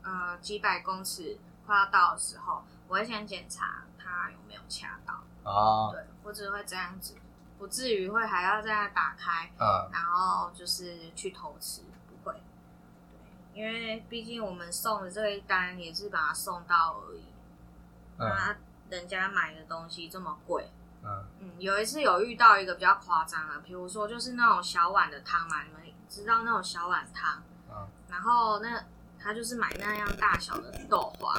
呃几百公尺快要到的时候，我会先检查它有没有掐到。
啊？
对我只会这样子，不至于会还要再打开，
嗯，
然后就是去偷吃，不会。对，因为毕竟我们送的这一单也是把它送到而已，
嗯
那人家买的东西这么贵。
嗯
嗯，有一次有遇到一个比较夸张的，比如说就是那种小碗的汤嘛，你们知道那种小碗汤，
嗯
然后那他就是买那样大小的豆花，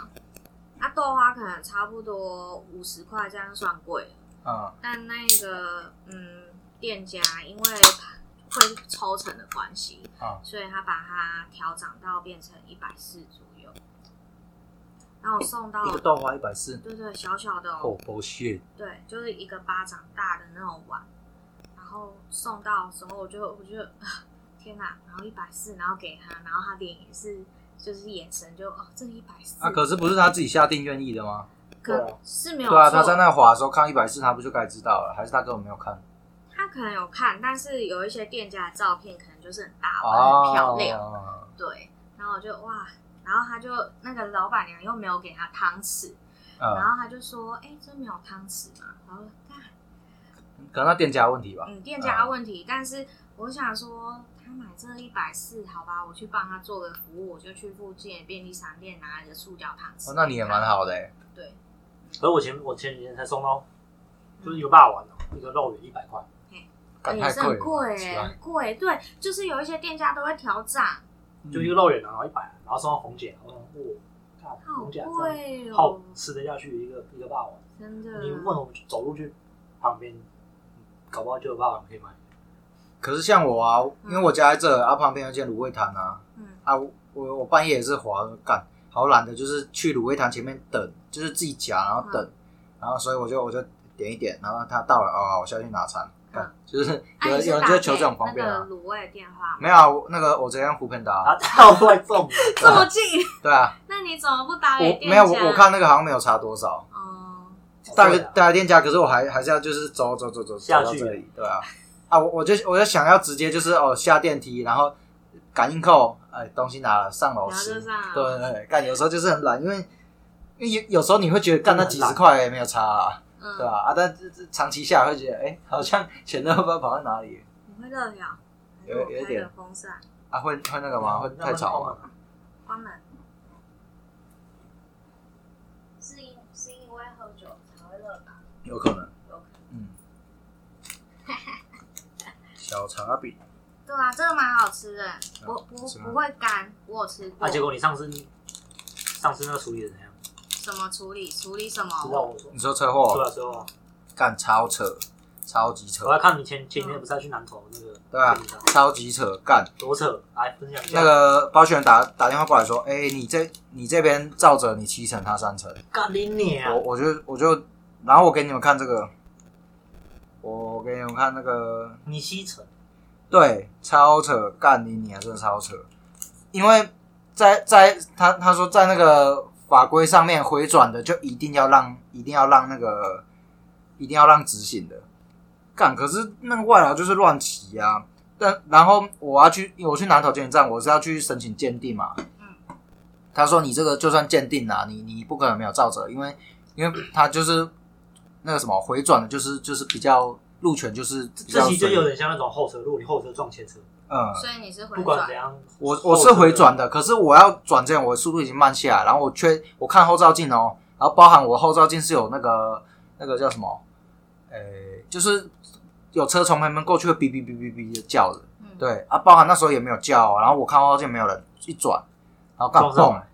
那豆花可能差不多五十块，这样算贵了。
嗯
但那个嗯，店家因为会抽成的关系，
嗯
所以他把它调涨到变成一百四左右。然后我送到
一，个豆花一百四，
对对，小小的、
好
哦，
剥削。
对，就是一个巴掌大的那种碗。然后送到的时候，我就我就、 <laughs> 啊天哪，然后一百四，然后给他，然后他脸也是，就是眼神就哦，这一百四，
啊，可是不是他自己下定愿意的吗？
对啊
可是没有
对啊，
错
他在那滑的时候看一百四，他不就该知道了？还是他根本没有看？
他可能有看，但是有一些店家的照片可能就是很大碗、
哦，
很漂亮，
啊
对。然后我就哇，然后他就那个老板娘又没有给他汤匙，然
嗯，
后他就说：“哎、这没有汤匙嘛。”然后我干
可能他店家问题吧。
嗯，店家问题，但是我想说，他买这一百四，好吧，我去帮他做个服务，我就去附近的便利商店拿一个塑胶汤匙、
哦，那你也蛮，好的欸，
对，
可是我前我前几天才送到，就是一个霸王哦，一个肉圆一百块，
干
也
太
哎是很
贵
贵
了，
欸，
奇怪
很贵，对，就是有一些店家都会调涨，
就一个肉圆然后一百，然后送到红姐，然后哇，看
好
红姐这样啊
贵
好
哦，
吃得下去一个一个霸王，
真的。
你问我们走路去旁边，搞不好就有霸王可以买。
啊可是像我啊，因为我家在这，啊旁边有一间卤味摊啊，
嗯
啊我我我半夜也是滑干，好懒的，就是去卤味摊前面等，就是自己夹然后
嗯
等，然后所以我就我就点一点，然后他到了哦，我下去拿餐，干就是
啊
有
你
人
是
有人
打
就会求这
给
种方便
那
啊
个，卤味电话吗？
没有啊，我那个我直接用胡平达，
啊，到外
<laughs>
送，
这么近，
对啊，
那你怎么不打给
我
店
没有我
家
我看那个好像没有差多少，
哦，
大概
对啊
大概店家，可是我还还是要就是走走走走走
下
到
去
这里，对啊，啊我我就我就想要直接就是哦下电梯，然后感应扣，哎东西拿了上楼
然后
吃
就，上了。
对对对，干有时候就是很懒，因为因为有有时候你会觉得干那几十块也没有差啊，
嗯，
对吧、啊？啊，但这这长期下来会觉得，哎、好像钱都不知道跑到哪里
你会热掉，还是
有
我
有一
开
点
个风扇
啊，会会那个
嗯
吗？会太吵吗？
了。
关门。
是因是因为喝酒才会热吧？
有可能，
有可能
嗯。小茶饼，
对啊，这个蛮好吃的，不不
是吗
不会干，我有吃过。
啊，结果你上次上次那个处理的怎样？
什么处理处理什
知道
么？
我说啊
你说车
出来
祸
之后，
干超扯，超级扯
我，还看你前前天不是要去南投那个
对啊
地方，
超级扯干。
多扯，来分享一下
那个保险人打打电话过来说，哎、你这你这边照着你七成，他三成。
干你娘
我！我就我就，然后我给你们看这个，我给你们看那个，
你吸尘，
对，超扯，干你娘，真的超扯，因为在在他他说在那个法规上面回转的就一定要让一定要让那个一定要让执行的，干，可是那个外劳就是乱骑啊。但然后我要去，我去南投检站，我是要去申请鉴定嘛。
嗯
他说你这个就算鉴定啦、你你不可能没有照着，因为因为他就是那个什么回转的，就是就是比较路权就是比
这
较
其实就
随
有
意，
点像那种后车，如果你后车撞前车，
嗯，
所以你是回
不管怎
转，
样，哦
我我是回转的，可是我要转之前，我速度已经慢下来，然后我缺我看后照镜哦，然后包含我后照镜是有那个那个叫什么，呃，就是有车从旁边过去会哔哔哔哔哔的叫的，
嗯，
对啊，包含那时候也没有叫哦，然后我看后照镜没有人，一转，然后干
撞上
碰
来，，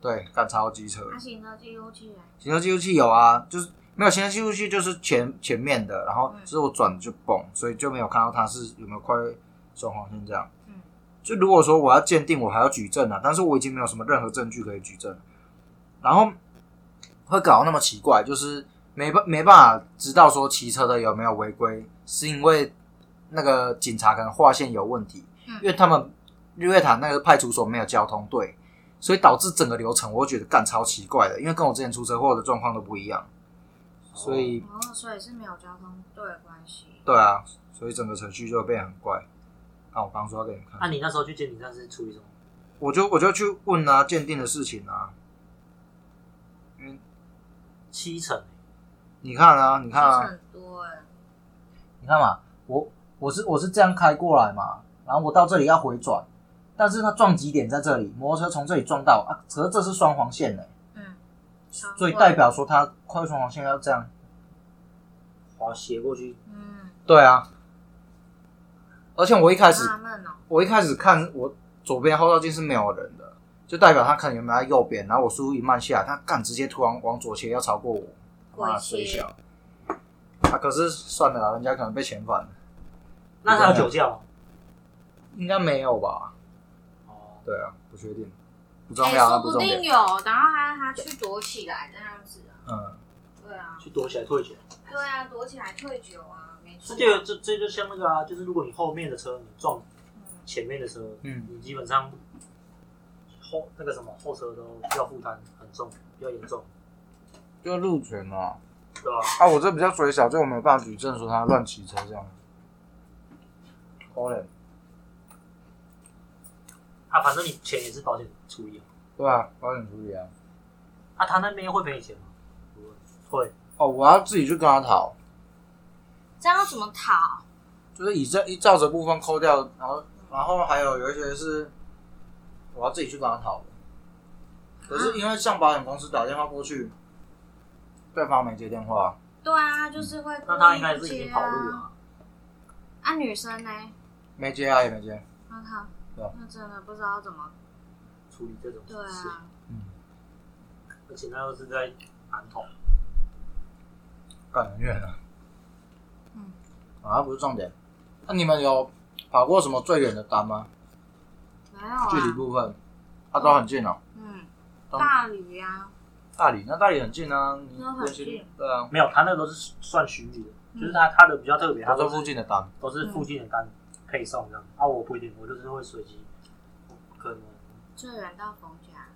对，干超机车，
他行车记录器耶，
行车记录器有啊，就是没有行车记录器就是前前面的，然后
嗯
之后转就蹦，所以就没有看到他是有没有快双黄线这样。
嗯，
就如果说我要鉴定，我还要举证啊，但是我已经没有什么任何证据可以举证，然后会搞那么奇怪，就是没办没办法知道说骑车的有没有违规，是因为那个警察可能划线有问题，
嗯
因为他们日月潭那个派出所没有交通队，所以导致整个流程我会觉得干超奇怪的，因为跟我之前出车祸的状况都不一样，所以
哦，所以是没有交通队的关系。
对啊，所以整个程序就会变得很怪。啊，我刚刚说要给你们
那、
看，
你那时候去鉴定站是处理什么？
我就我就去问啊鉴定的事情啊，因为
七欸成，
你看啊，你看
就是
啊，
很多哎、
你看嘛，我我是我是这样开过来嘛，然后我到这里要回转，但是它撞击点在这里，摩托车从这里撞到啊，可是这是双黄线呢、
嗯，
所以代表说它快双黄线要这样。
滑斜过去，
嗯，
对啊，而且我一开始
纳闷哦，
我一开始看我左边后照镜是没有人的，就代表他可能有没有在右边，然后我速度一慢下来，他干直接突然往左切要超过我，他妈的
鬼切
水小。啊，可是算了啦，人家可能被遣返了，
那他有酒驾吗？
应该没有吧？
哦，
对啊，不确定，不重
哎、
要，那
说
啊不
不
重
定
点。
有，然后他他去躲起来这样子啊，
嗯，
对啊，
去躲起来退钱。
对啊，躲起来退酒啊，没
这
错，
就这这就像那个啊，就是如果你后面的车你撞
嗯，
前面的车，
嗯
你基本上后那个什么后车都要负担很重，比较严重，
就路权啊。
对吧、
啊，我这比较嘴小，就我没有办法举证说他乱骑车这样。可怜，
啊？反正你钱也是保险处理啊。
对啊，保险处理啊。
啊，他那边会赔你钱吗？不会，会。
哦，我要自己去跟他讨，
这样要怎么讨？
就是以这一照着部分扣掉，然后然后还有有一些是我要自己去跟他讨的。可是因为向保险公司打电话过去，对方没接电话，
对啊，就是会
那他应该
故
是已
意
经
不接
跑路了
啊。
啊。
啊，女生呢？
没接啊也没接。
那他
对啊
那真的不知道怎么
处理这种
对
事，
啊，
嗯，
而且那又是在南投，
干很远啊。
嗯，
啊不是重点。那、你们有跑过什么最远的单吗？
没有啊
距离，部分，它、都很近哦。
嗯，
东
大鱼啊，
大理，那大理很近啊，你
那很近
边区对啊，
没有，他那个都是算巡礼的，
嗯
就是他他的比较特别，他
潮州
都
附
是
近的单，
都是附近的单配送这样。啊，我不一定，我就是会随机，可能
最远到冯家，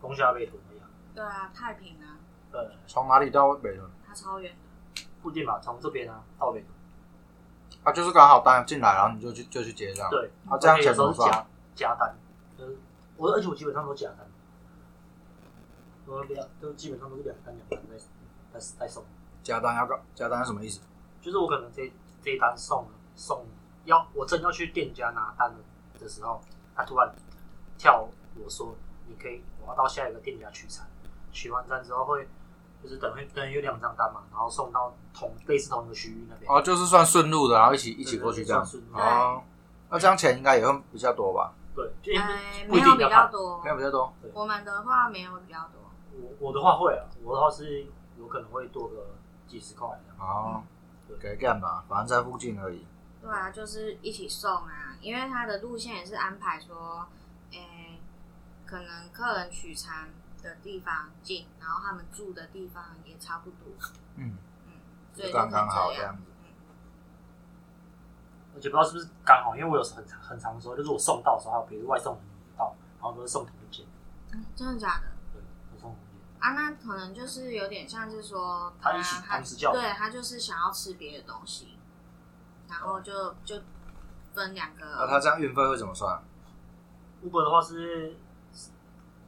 攻下被屯一样。
对啊，太平啊，
呃，
从哪里到北屯？
它超远的，
附近嘛，从这边啊到北屯。
啊，就是刚好单进来，然后你就去就去结账。，
对，
啊，这样
而且有
钱
时
怎
候
么
是
算？
加加单，就是我而且我基本上都加单，我两都基本上都是两单两单在在在送，
加单要干加单是什么意思？
就是我可能这这一单送送要我正要去店家拿单的时候，他突然跳我说你可以我要到下一个店家取餐，取完餐之后会就是等于等于有两张单嘛，然后送到同类似同一个区域那边。
哦，就是算顺路的，然后一起一
对
起过去
对
这样
算。嗯顺路
哦，那这样钱应该也会比较多吧？
对，就
哎，
不
没
一定
有
比
比较
较大。
多
应，该比较多。
我们的话没有比较多，
我我的话会啊，我的话是有可能会多个几十块这样。
哦，
嗯
给干嘛？反正在附近而已。
对啊，就是一起送啊，因为它的路线也是安排说，诶，可能客人取餐的地方近，然后他们住的地方也差不多，
嗯，
所以就可以
刚刚好
这
这样子。
而且不知道是不是刚好，因为我有时候很常很常说，就是我送到的时候，比如外送到，然后都是送同一间，
嗯，真的假的？
对，我送同一间。
啊，那可能就是有点像是说呃
他一起
他
同时叫
对他就是想要吃别的东西，然后就就分两个，
哦那他这样运费会怎么算？
Uber 的话是，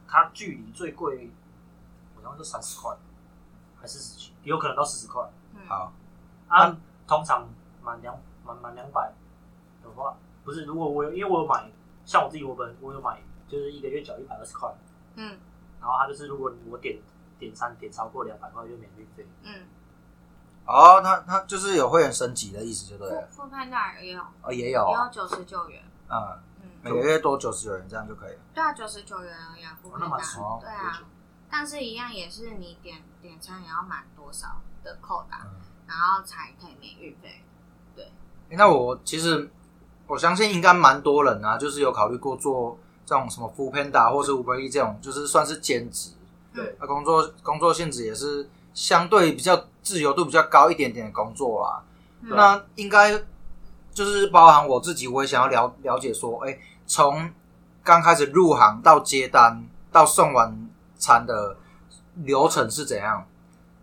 它距离最贵，好像就三十块，还是十几，有可能到四十块。
嗯，
好，
啊，通常满两满满两百的话，不是，如果我有因为我有买，像我自己我本我有买，就是一个月缴一百二十块，
嗯
然后它就是如果我点点餐点超过两百块就免运费。
嗯，
哦，他他就是有会员升级的意思，就对
富
了。
富潘达也有，
哦，也有
也有
哦，
九十九元，
嗯，每
嗯，
个月多九十九元这样就可以了。
对啊，九十九元而已啊，富
哦
潘
那
达
蛮舒，
服
对啊，但是一样也是你点点餐也要满多少的扣打，
嗯
然后才可以免运费，
欸那我其实我相信应该蛮多人啊，就是有考虑过做这种什么 f o o Panda 或是 Uber E 这种，就是算是兼职。
对，
那工作工作性质也是相对比较自由度比较高一点点的工作啦。啊
嗯
那应该就是包含我自己，我也想要了了解说，哎、从刚开始入行到接单到送完餐的流程是怎样？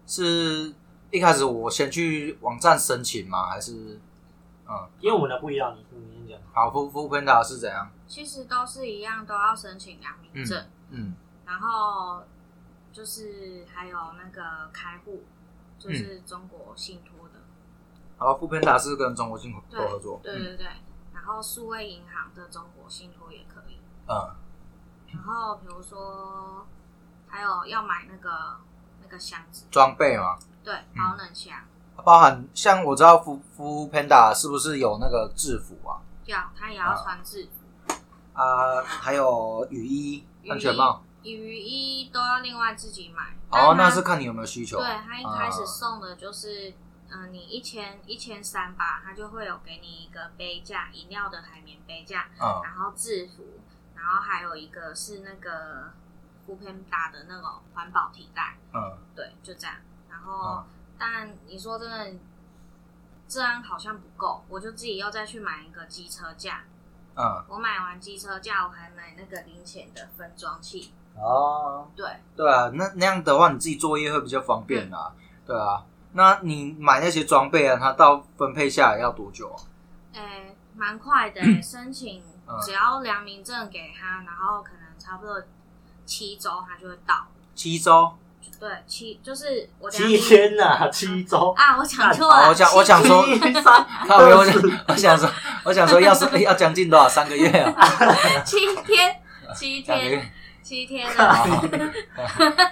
是一开始我先去网站申请吗？还是嗯，
因为我们的不一样，你你先讲。
好，富富 Panda 是怎样？
其实都是一样，都要申请良民证，
嗯
然后就是还有那个开户，
嗯
就是中国信托的，
好，富 Panda 是跟中国信托
对
合作，
对
嗯
对对，然后数位银行的中国信托也可以，
嗯
然后比如说还有要买那个那个箱子，
装备嘛，
对，
嗯
保冷箱，
包含像我知道富富 Panda 是不是有那个制服啊？
要他也要穿制服，
啊，还有雨衣、
雨衣
安全帽。
雨衣都要另外自己买。
哦，那
但他
是看你有没有需求。
对他一开始
啊
送的就是，嗯、你一千一千三吧，他就会有给你一个杯架，饮料的海绵杯架，
嗯
然后制服，然后还有一个是那个湖片打的那种环保提袋，
嗯，
对，就这样。然后，
嗯
但你说真的，这样好像不够，我就自己又再去买一个机车架。
嗯，
我买完机车架，我还买那个零钱的分装器，
哦，
对，
对啊，那那样的话，你自己作业会比较方便啊。
嗯
对啊，那你买那些装备啊，它到分配下来要多久啊？
诶，蛮快的、诶申请
嗯
只要良民证给他，然后可能差不多七周他就会到。
七周？
对，七就是我等一
七
下
天呐、七周。
啊，我讲错
哦
了，
我想我想说
七
一三 <laughs>
靠没有，我想 <laughs> 我想说，我想说要是 <laughs> 要将近多少？三个月啊？
七天，七
两个月
天，。七天
啊 <laughs>
的，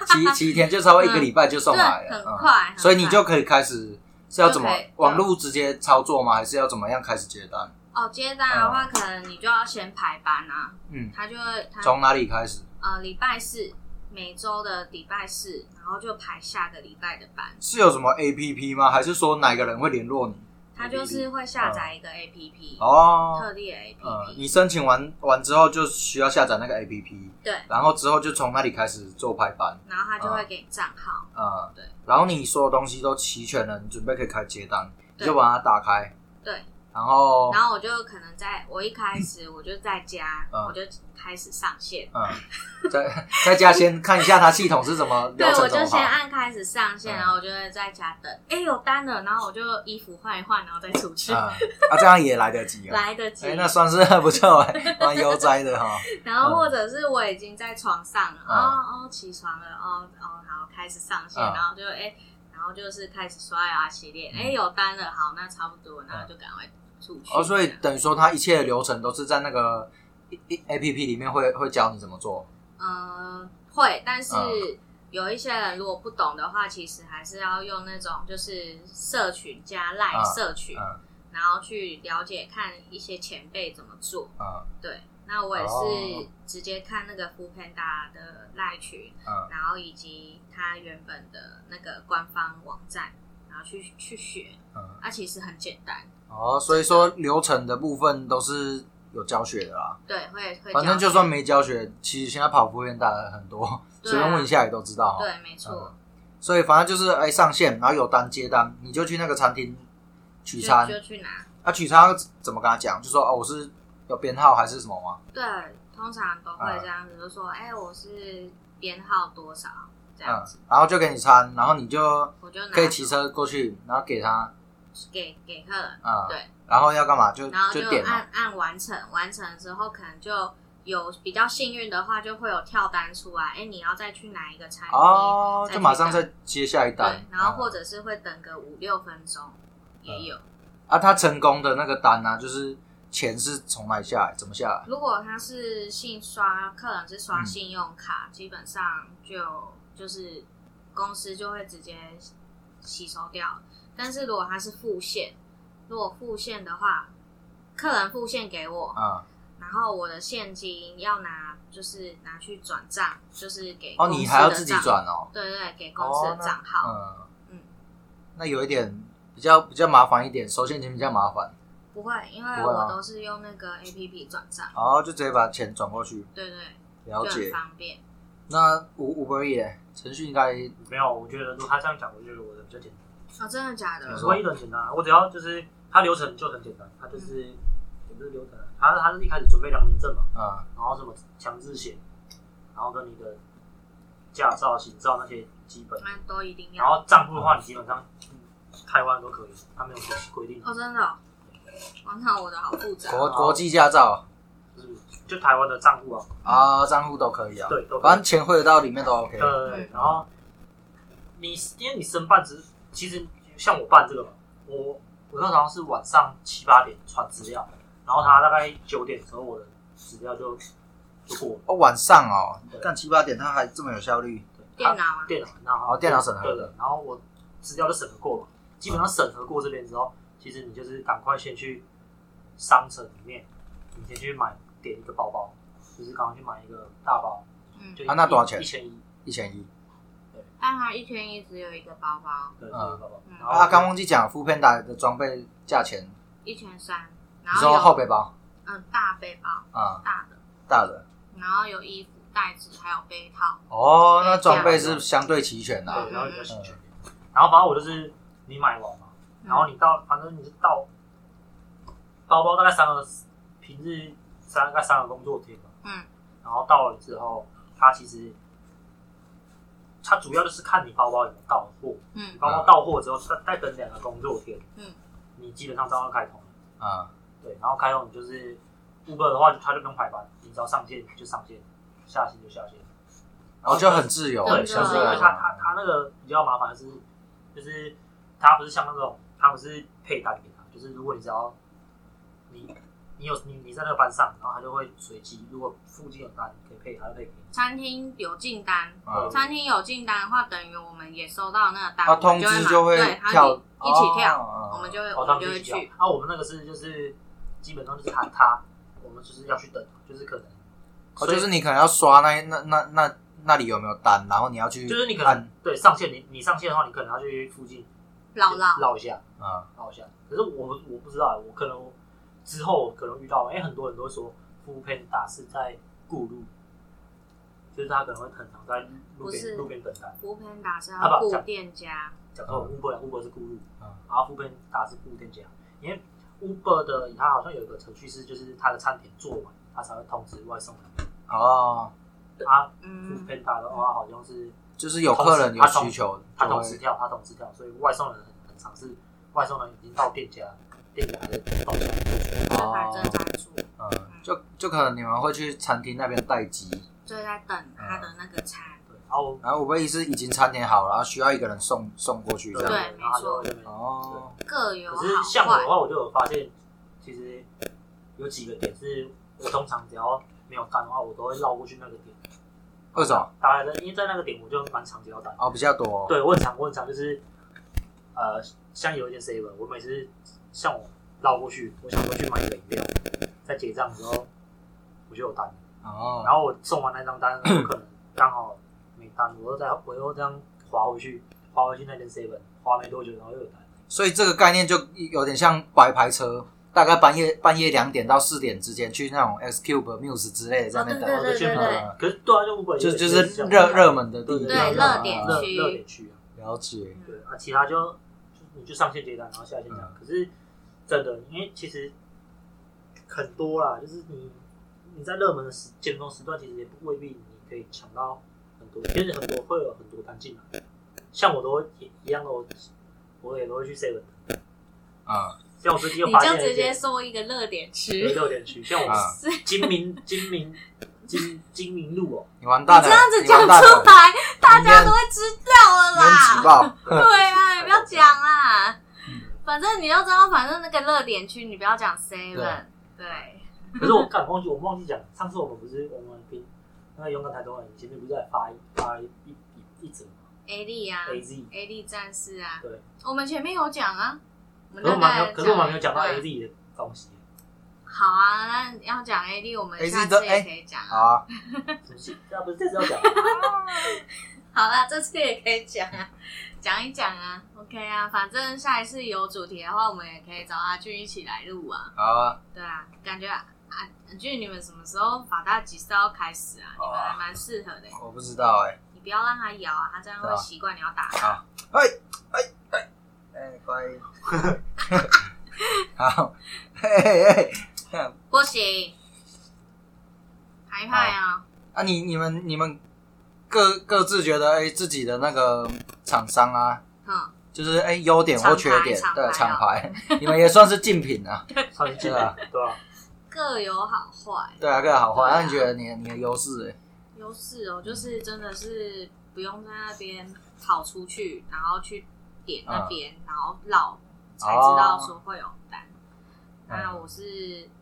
七七天就稍微一个礼拜就送来
对，
了，
很
嗯
快，
所以你
很快
就可以开始是要怎么
就可以
网络直接操作吗？还是要怎么样开始接单？
哦，接单的话，可能你就要先排班啊，
嗯，
他就会他
从哪里开始？
呃礼拜四，每周的礼拜四，然后就排下个礼拜的班，
是有什么 A P P 吗？还是说哪个人会联络你？
他就是会下载一个 A P P，
哦，
特例的 A
呃
P，
你
P，
申请完完之后就需要下载那个 A P P，
对，
然后之后就从那里开始做排班，
然后他就会给你账号，
呃，
对，
然后你所有东西都齐全了，你准备可以开接单，你
对
就把它打开，
对，
然后
然后我就可能在我一开始我就在家，
嗯
我就开始上线。
嗯， <laughs> 在在家先看一下它系统是怎么
对
流，
我
程怎
就
么
先
跑。
按开始上线，
嗯
然后我就会在家等。哎、有单了，然后我就衣服换一换，然后再出去，
嗯，啊，这样也来得及啊。
来得及。
哎、那算是不错、欸，蛮悠哉的哈。
然后或者是我已经在床上了，
嗯
哦哦，起床了，哦哦，然后开始上线，
嗯
然后就哎，然后就是开始刷牙洗脸，哎，有单了，好，那差不多，那就赶快出去。
嗯哦，所以
这样
等于说，它一切的流程都是在那个 A P P 里面会会教你怎么做。
嗯，会，但是
嗯
有一些人如果不懂的话，其实还是要用那种就是社群加赖
嗯
社群，
嗯
然后去了解看一些前辈怎么做。
嗯
对，那我也
哦
是直接看那个 f o o Panda 的赖群，
嗯，
然后以及它原本的那个官方网站，然后去去学。
嗯
啊，其实很简单，
哦，所以说流程的部分都是有教学的啦。
对，会会
反正
教
就算没教学，其实现在跑步变大了很多，
对啊
随便问一下也都知道哈。
对，没
嗯
错，
所以反正就是哎、上线，然后有单接单，你就去那个餐厅取
就
餐。
就去拿。
啊，取餐要怎么跟他讲？就说哦，我是有编号还是什么吗？
对，通常都会这样
嗯
子，就说，哎、我是编号多少这样
嗯
子，，
然后就给你餐，然后你就
我就拿
嗯可以骑车过去，然后给他
给给客人，
啊，嗯、
对，
然后要干嘛就
然后
点嘛，
按按完成，完成之后可能就有比较幸运的话，就会有跳单出来，哎、你要再去哪一个餐厅？
哦，
再
就
去
马上
等
再接下一单啊
对，，然后或
者、
者是会等个五六分钟也有。
啊，他成功的那个单呢、啊，就是钱是从哪里下来，怎么下来？
如果他是信刷，客人是
嗯
刷信用卡，基本上就就是公司就会直接吸收掉。但是如果他是付现，如果付现的话，客人付现给我，
啊、
然后我的现金要拿就是拿去转账，就是给
哦，
公司
你还要
的
自己
账，
转哦，
对对，给公司的账号，
哦那嗯
嗯，
那有一点比较比较麻烦一点，收现金比较麻烦，
不会，因为
不会啊吗
我都是用那个 A P P 转账，
哦，就直接把钱转过去，
对对，啊
了
就很
解。
方便。
那五五百也程序应该
没有，我觉得如果他这样讲，我觉得我的比较简单。
哦，真的假
没
的？
错
嗯我一轮简单啊，我只要就是它流程就很简单，它就是也不是流程啊，它它是一开始准备良民证嘛，
嗯
然后什么强制险，然后跟你的驾照、行照那些基本，
那都一定
然
要。
后账户的话，你基本上台湾都可以，它没有规定，
哦，真的、哦，哇，那我的好复杂。
国国际驾照
就是就台湾的账户啊，
啊，账户都可以啊，
对，都可以
反正钱汇得到里面都 OK。
对，然后你因为你申办只其实像我办这个嘛，我我那时候好像是晚上七八点传资料，然后他大概九点的时候我的资料就就过了，
哦，晚上哦
对，
干七八点他还这么有效率，
对
电脑啊，
电脑，然后
哦电脑审核
对的，然后我资料就审核过嘛，基本上审核过这边之后，其实你就是赶快先去商城里面，你先去买点一个包包，就是赶快去买一个大包，
嗯，
就
啊那多少钱
一千一，
一千一。
但它一天一只有一个包包，
对，就是一个包包
嗯，
然后
啊，刚忘记讲副片打的装备价钱，
一千三，然
你
后
说
有
后背包
嗯大背包
啊，
大的，
大的
然后有衣服、袋子，还有背套。
哦，那装备是相对齐全的啊。
对，然后你就选决定。然后反正我就是你买完嘛，
嗯
然后你到反正你就到包包大概三个平日三大概三个工作天嘛，
嗯，
然后到了之后，它其实它主要就是看你包包有没有到货，你
嗯
包包到货之后再再等两个工作天，
嗯，
你基本上照样开通了，
啊，
对，然后开通你就是 Uber 的话，它就不用排班，你只要上线就上线，下线就下线。
然后就很自由，
对
就
相
是
对
因
来
为
说
他他他那个比较麻烦的是，就是他不是像那种他不是配单给他，就是如果你只要你你有你你在那个班上，然后他就会随机，如果附近有单可以配，他就配给你。
餐厅有进单，
啊
餐厅有进单的话，等于我们也收到那个单，
他
我
通
们就
知
买
就
对，它
跳，
一起跳，
哦
我们就会
哦，
我
他
们
们
就
就
会
一起聊
去。
啊，我们那个是就是基本上就是他他，我们就是要去等，就是可能，
哦，
所以
就是你可能要刷那那那那那里有没有单，然后你要去
就是你可能
按
对上线你你上线的话，你可能要去附近
唠唠，
绕一下，
啊
好像，可是我我不知道，我可能之后可能遇到，哎、很多人都会说富佩打是在顾路，就是他可能会很常在路
不是
边路边等待。
福平达是
啊
要
不
顾
讲
店家，
讲说 Uber 啊 Uber 是顾路，
嗯
然后富佩打是顾店家，因为 Uber 的它好像有一个程序是，就是它的餐点做完，它才会通知外送人。
哦，
啊，富
嗯，
佩打的话好像是
就是有客人有需求，
他
就
同时
会
跳，他同时跳，所以外送人很很常是外送人已经到店家，店家还在等待。
这才正常出，
嗯，就就可能你们会去餐厅那边待机，
就在等他的那个餐。
对，然后
然后我会是已经餐点好了，然后需要一个人送送过去这样。
对
然后他就会在那边
哦，
各有
可是
好
像我的
坏，
话，我就有发现，其实有几个点是我通常只要没有单的话，我都会绕过去那个点。
为什么？
大概在因为在那个点，我就蛮常接到单。
哦，比较多。
对，我很常，我很常就是，呃，像有一件 seven，我每次像我绕过去，我想过去买一个饮料，在结账的时候我就有单，
哦，
然后我送完那张单，我可能刚好没单，我又再我又这样划回去，划回去那间 seven，划没多久，然后又有单。
所以这个概念就有点像白牌车，大概半夜半夜两点到四点之间去那种 X Cube、Muse 之类的在那边
哦对
等，
我的
对
圈
对
粉，可是对啊，就五百
就就是热热门的地
对
方，
热点
啊
热
区
热点区啊，
了解，
对
嗯
啊，其他就就你就上线接单，然后下线这
嗯
样。可是真的，因为其实很多啦，就是你你在热门的时尖峰时段，其实也不未必你可以抢到很多，其实很多会有很多单进来。像我都会也一样的，我我也都会去 seven，
啊，
像我最近又
你
发现
就
了一
直接
些
说一个热点
有
吃，
热点区，像我
啊
金明金明金金明路哦，
你完蛋了，
这样子
你
讲
完蛋了
出，来，大
家
家
都
都会知道了
你很
啦
挤。爆，
对啊，你不要讲啦。反正你要知道，反正那个热点区你不要讲 seven，对，
<laughs> 可是我干忘记，我忘记讲，上次我们不是我们平那个勇敢台中人前面不是在发一发一一一一则吗
A 力啊
？A Z，
，A 力战士啊，
对，
我们前面有讲啊，我们
可是我们还没
大概
有，可是我们还没有讲到
对
A Z 的东
<laughs>
西，
好啊，那要讲 A D，我们
AD
下
的
次
哎
也可以讲
好
啊。
啊，
什么戏？那不是这次要讲，
好啦，这次也可以讲啊， <laughs> 讲一讲啊，OK 啊，反正下一次有主题的话，我们也可以找阿俊一起来录啊。
好啊，
对啊，感觉啊，阿俊你们什么时候法大集是要开始
哦
啊？你们还蛮适合的，
我不知道哎，
你不要让他咬啊，他这样
对
会
啊哎
习惯你要打。
哎哎哎哎，乖， <laughs> 好， <laughs> 嘿嘿嘿，
不行，害怕啊！
啊你你们你们各各自觉得哎、自己的那个厂商啊，
哼，
就是哎优、点或缺点，
厂牌哦
对厂
厂
牌， <laughs> 你们也算是竞品啊，
算是 <laughs> 竞
对啊
品，对吧？
各有好坏。
对啊，各有好坏。
对啊
那你觉得你的你的优势、
优势哦，就是真的是不用在那边跑出去，然后去点
嗯
那边，然后绕才知道说会有单。那我是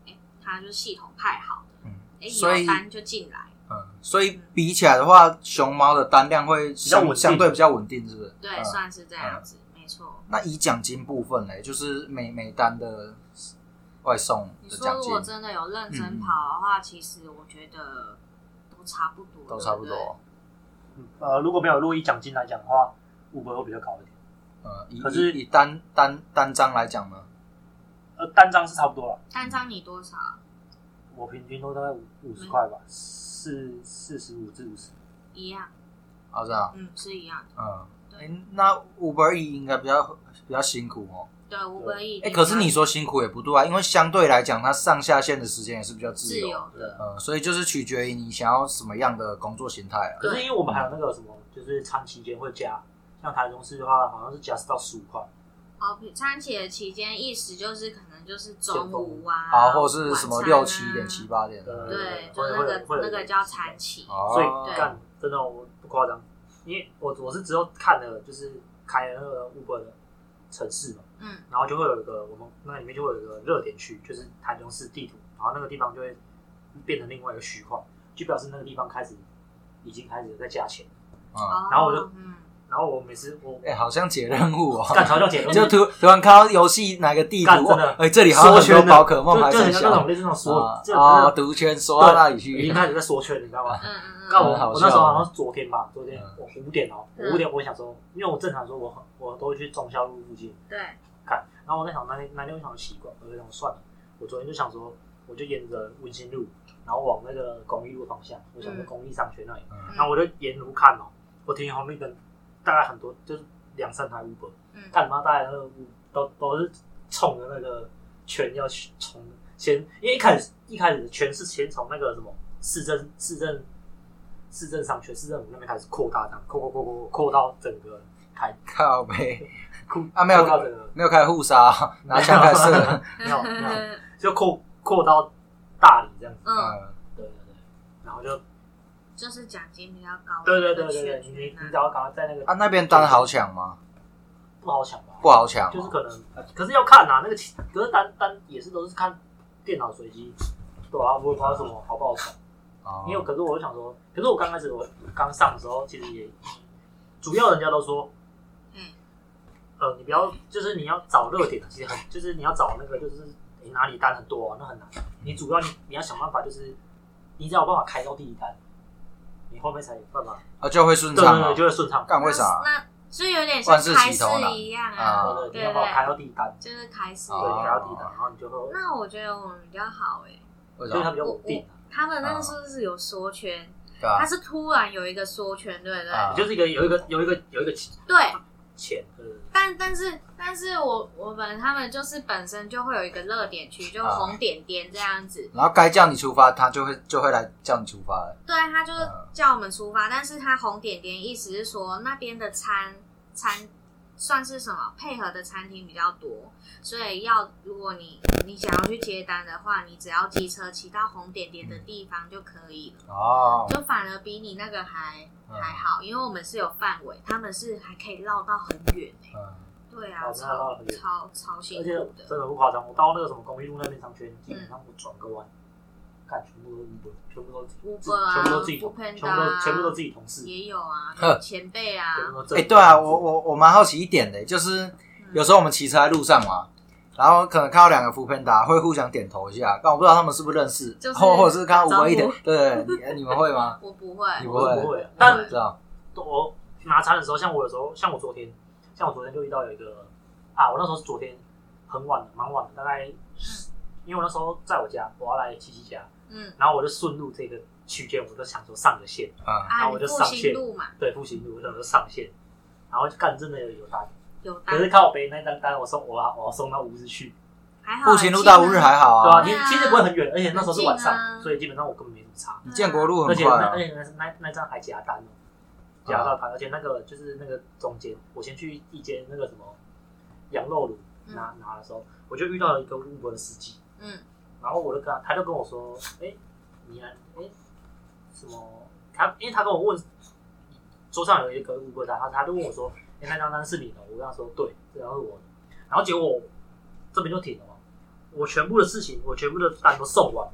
哎、他就系统派好的，
嗯
哎、
所以
有单就进来，
嗯，所以比起来的话，熊猫的单量会
较稳
相
定
相对比较稳定，是不是？
对，
嗯
算是这样子，没错。
那以奖金部分嘞，就是每每单的外送
你
的
说
奖
如
金
果真的有认
嗯
真跑的话，其实我觉得都差不多，
都差不
对对。
多。
嗯呃，如果没有录一奖金来讲的话，五百会比较高一点。
呃，以
可是
以以单单单张来讲呢，
呃，单张是差不多了，
单张你多少？
我平均都大概五五十块吧，四四十五至五十。
一样，
啊这样，
嗯，是一样的。
嗯，
对
诶那五百亿应该比较比较辛苦哦。
对，五百亿。
哎、可是你说辛苦也不对啊，因为相对来讲，它上下线的时间也是比较自
自
由。
由
啊
的，
呃，所以就是取决于你想要什么样的工作形态啊。
可是因为我们还有那个什么，就是餐期间会加，像台中市的话，好像是加到十五块，
哦，餐企的期间意思就是可能就是中午啊，
啊，或是什么
晚餐啊
六七点、七，八点的，
对，就
会
是那个
会有
那个叫餐企，
哦
所以
对
干真的我不夸张，因为我我是只有看了就是开了那个 Uber 的城市嘛，
嗯，
然后就会有一个我们那里面就会有一个热点区，就是台中市地图，然后那个地方就会变成另外一个区块，就表示那个地方开始已经开始在加钱。
嗯，
哦
然后我就
嗯，
然后我每次
<laughs>
我
哎、好像解任务哦，
干嘲笑解任务，
<laughs> 就突突然看到游戏哪个地图，
干真的
哦哎、这里好像很
缩
多
圈的
宝可梦还
就就是很像那种
小
类似那种
啊
缩，这
啊，
种
毒圈缩到那里
已经
去，
开始在缩圈了，你知道吗？
嗯嗯
那
嗯，
我
很好
我
笑
那时候好像是昨天吧，昨天
嗯
我五点哦，我五点我想说，因为我正常说我我都会去忠孝路附近
对，
看，然后我在想那天那天我想奇怪，我就想算了，我昨天就想说，我就沿着文心路，然后往那个公益路方向，我想说
嗯
公益商圈那里，
嗯
然后我就沿路看哦，我停红绿灯，大概很多就是两三台 Uber，
嗯，
干妈大家都都都是冲着那个圈要去冲的，先因为一开始一开始的圈是先从那个什么市政市政市政商圈市政府那边开始扩大，这样扩扩扩扩扩到整个台，
靠呗，
扩
啊没有
扩到整个
没有开互杀，拿枪开射，
没有没有，就扩扩到大理这样子，
嗯，
嗯，
对对对，然后就
就是奖金比较高，
对对对对对，你你
圈
你只
啊，
要赶快在那个
啊那边单好抢吗？
不好抢吧，
不好抢
就是
哦，
可能，呃可是要看啊，那个其可是单单也是都是看电脑随机，对啊，我也不知道什么好不好看。
哦
因为可是我就想说，可是我刚开始我刚上的时候，其实也主要人家都说，
嗯，
呃，你不要就是你要找热点，其实很就是你要找那个就是你哪里单很多、啊，那很难。你主要你你要想办法，就是你只要有办法开到第一单，你后面才有办法，
啊就会顺
对
畅
对对，
哦，
就会顺畅。
干为啥？
那就有点像开市一样
啊
啊，
对对，
对
你要把我开到第一单，
就是开市
对，
一
哦
你
样。
开到第一单，然后你就会，
那我觉得我们比较好哎，
为
所以它
啥？
比较稳定啊。
他们那个是不是有缩圈？
对
它
啊，
是突然有一个缩圈，对不对？
啊
就是一个有一个有一个有一个钱
对，
钱，呃，
但但是但是我我们他们就是本身就会有一个热点区，就
啊
红点点这样子。
然后该叫你出发，他就会就会来叫你出发了，
对，他就是
啊
叫我们出发，但是他红点点意思是说那边的餐餐算是什么配合的餐厅比较多，所以要如果你你想要去接单的话，你只要机车骑到红点点的地方就可以了，
哦，
就反而比你那个还
嗯
还好，因为我们是有范围，他们是还可以绕到很远欸
嗯，
对啊，
哦那绕
超
很远
超超辛
而
苦
且
的。
真的不夸张，我到那个什么公益路那边商圈，基本上我转个弯，看全部都是 Uber，全部都是
Uber 啊
全部都自己同，
Foodpanda 啊
全部都全部都自己同事，
也有啊
呵，
前辈
全
啊，
部都
哎、对啊，我我我蛮好奇一点的，就是有时候我们骑车在路上嘛，然后可能看到两个扶贫达会互相点头一下，但我不知道他们是不是认识，
就是
或或者是看到五个一点
打，
对，哎你你们会
<laughs>
吗？
我不会，啊
你
不
不会
会不会，但
嗯
知道
哎啊我拿餐的时候，像我有时候，像我昨天，像我昨天就遇到有一个啊，我那时候是昨天很晚的，蛮晚的，大概
嗯
因为我那时候在我家，我要来七七家，
嗯，
然后我就顺路这个区间，我就想说上个线，
啊，
啊，
那
你
我就
复
上
兴
线
路嘛，
对，复兴路，我想说上线，然后就干真的有有单。
有
可
单
是靠北那张单我送我啊我送到五日去，
还好
步行路到乌日还好
对啊，
啊，
其
对
实
啊
其实不会很远，而且那时候是晚
很近啊
上，所以基本上我根本没什么差。
你建国路
而
很
且
快
那
啊
而。且那那那张还夹单哦，夹到盘，而且那个就是那个中间，我先去一间那个什么羊肉炉
嗯
拿拿的时候，我就遇到了一个 Uber 的司机，
嗯
然后我就跟他，他就跟我说，哎、你啊，哎、什么？他因为他跟我问，桌上有一个 Uber 单，他他就问我说，哎、那张单是你的？我跟他说对，这张是我的，然后结果我这边就停了嘛，我全部的事情，我全部的单都送完了，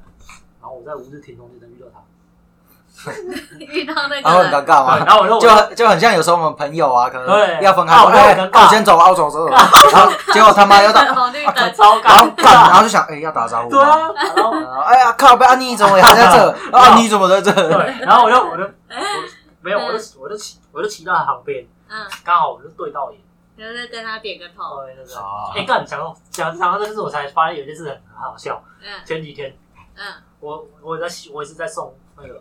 然后我在五日停中间遇到他。
<laughs> 遇到那
然后
个
很
人
尴尬啊
对，
嘛，
然后我就
<laughs> 就很就很像有时候我们朋友啊，可能
对
要分开，
啊
说
我就
哎，
很尴尬
啊我先走了，啊我
<laughs>
走走，走然后结果他妈要打，
红 <laughs> 绿灯，
超
然后
尴
干，然
尬，
后就想哎要打招呼
对
嘛，
啊，然后
呃哎呀靠背啊你怎么也还在
<laughs>
这啊你怎么在这？
对，然后我就我就我没有，我就我就骑我就骑到他旁边，
嗯，
刚好我就对到眼，
就是跟他点个头，
对对对。
啊
哎，干，讲到讲讲到这件事，我才发现有一件事很好笑。
嗯
前几天
嗯
我我在我也是在送那个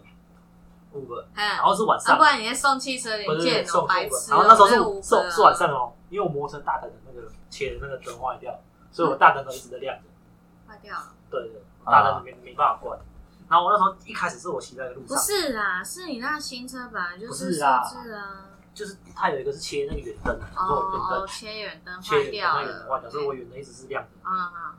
Uber，
嗯
然，后是晚
啊，
上
不，然你是送汽车
不
零
是
件
送
哦，白
Uber，
痴
然
哦，
后那时候
那五个
是送是晚上哦，因为我摩托车大灯的那个前那个灯坏掉，所以我大灯都一直在亮着。
坏掉了，
对对，大灯没没办法关。然后我那时候一开始是我骑在路
不
上，
是啦，是你那新车本来就
不
是
是
设
啦
置啊，
就是它有一个是切那个远灯，
哦
做远
哦，
灯，
切远灯
切
坏
远灯
掉
那远灯坏
了，哎
掉，所以我远灯一直是亮的。
啊啊啊，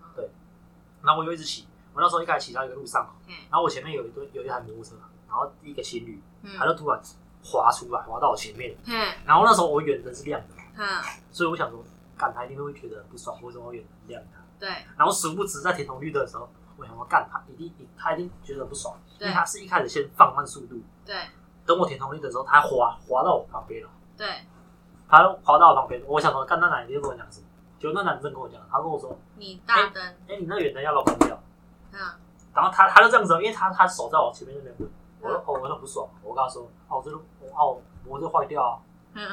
然后我就一直骑，我那时候一开始骑到一个路上，
嘿，
然后我前面有一堆有一台摩托车，然后一个情侣，他
嗯，
就突然滑出来，滑到我前面。
嘿，
然后那时候我远灯是亮的，
嗯，
所以我想说，干他一定会觉得很不爽，为什么我远灯亮他？
对
然后殊不知在停红绿灯的时候，我想说干他一定他一定觉得不爽，因为
对
他是一开始先放慢速度，
对
等我停红绿灯的时候，他滑滑到我旁边了。
对，
他滑到我旁边，我想说，干那男的又跟我讲什么？结果那男生跟我讲，他跟我说
你大灯，：“
哎、你那远灯要不要关掉
嗯，？”
然后他他就这样子，因为他他手在我前面那边，我说：“哦，我很不爽。”我跟他说：“哦，这个我哦，摩托车坏掉啊。
嗯，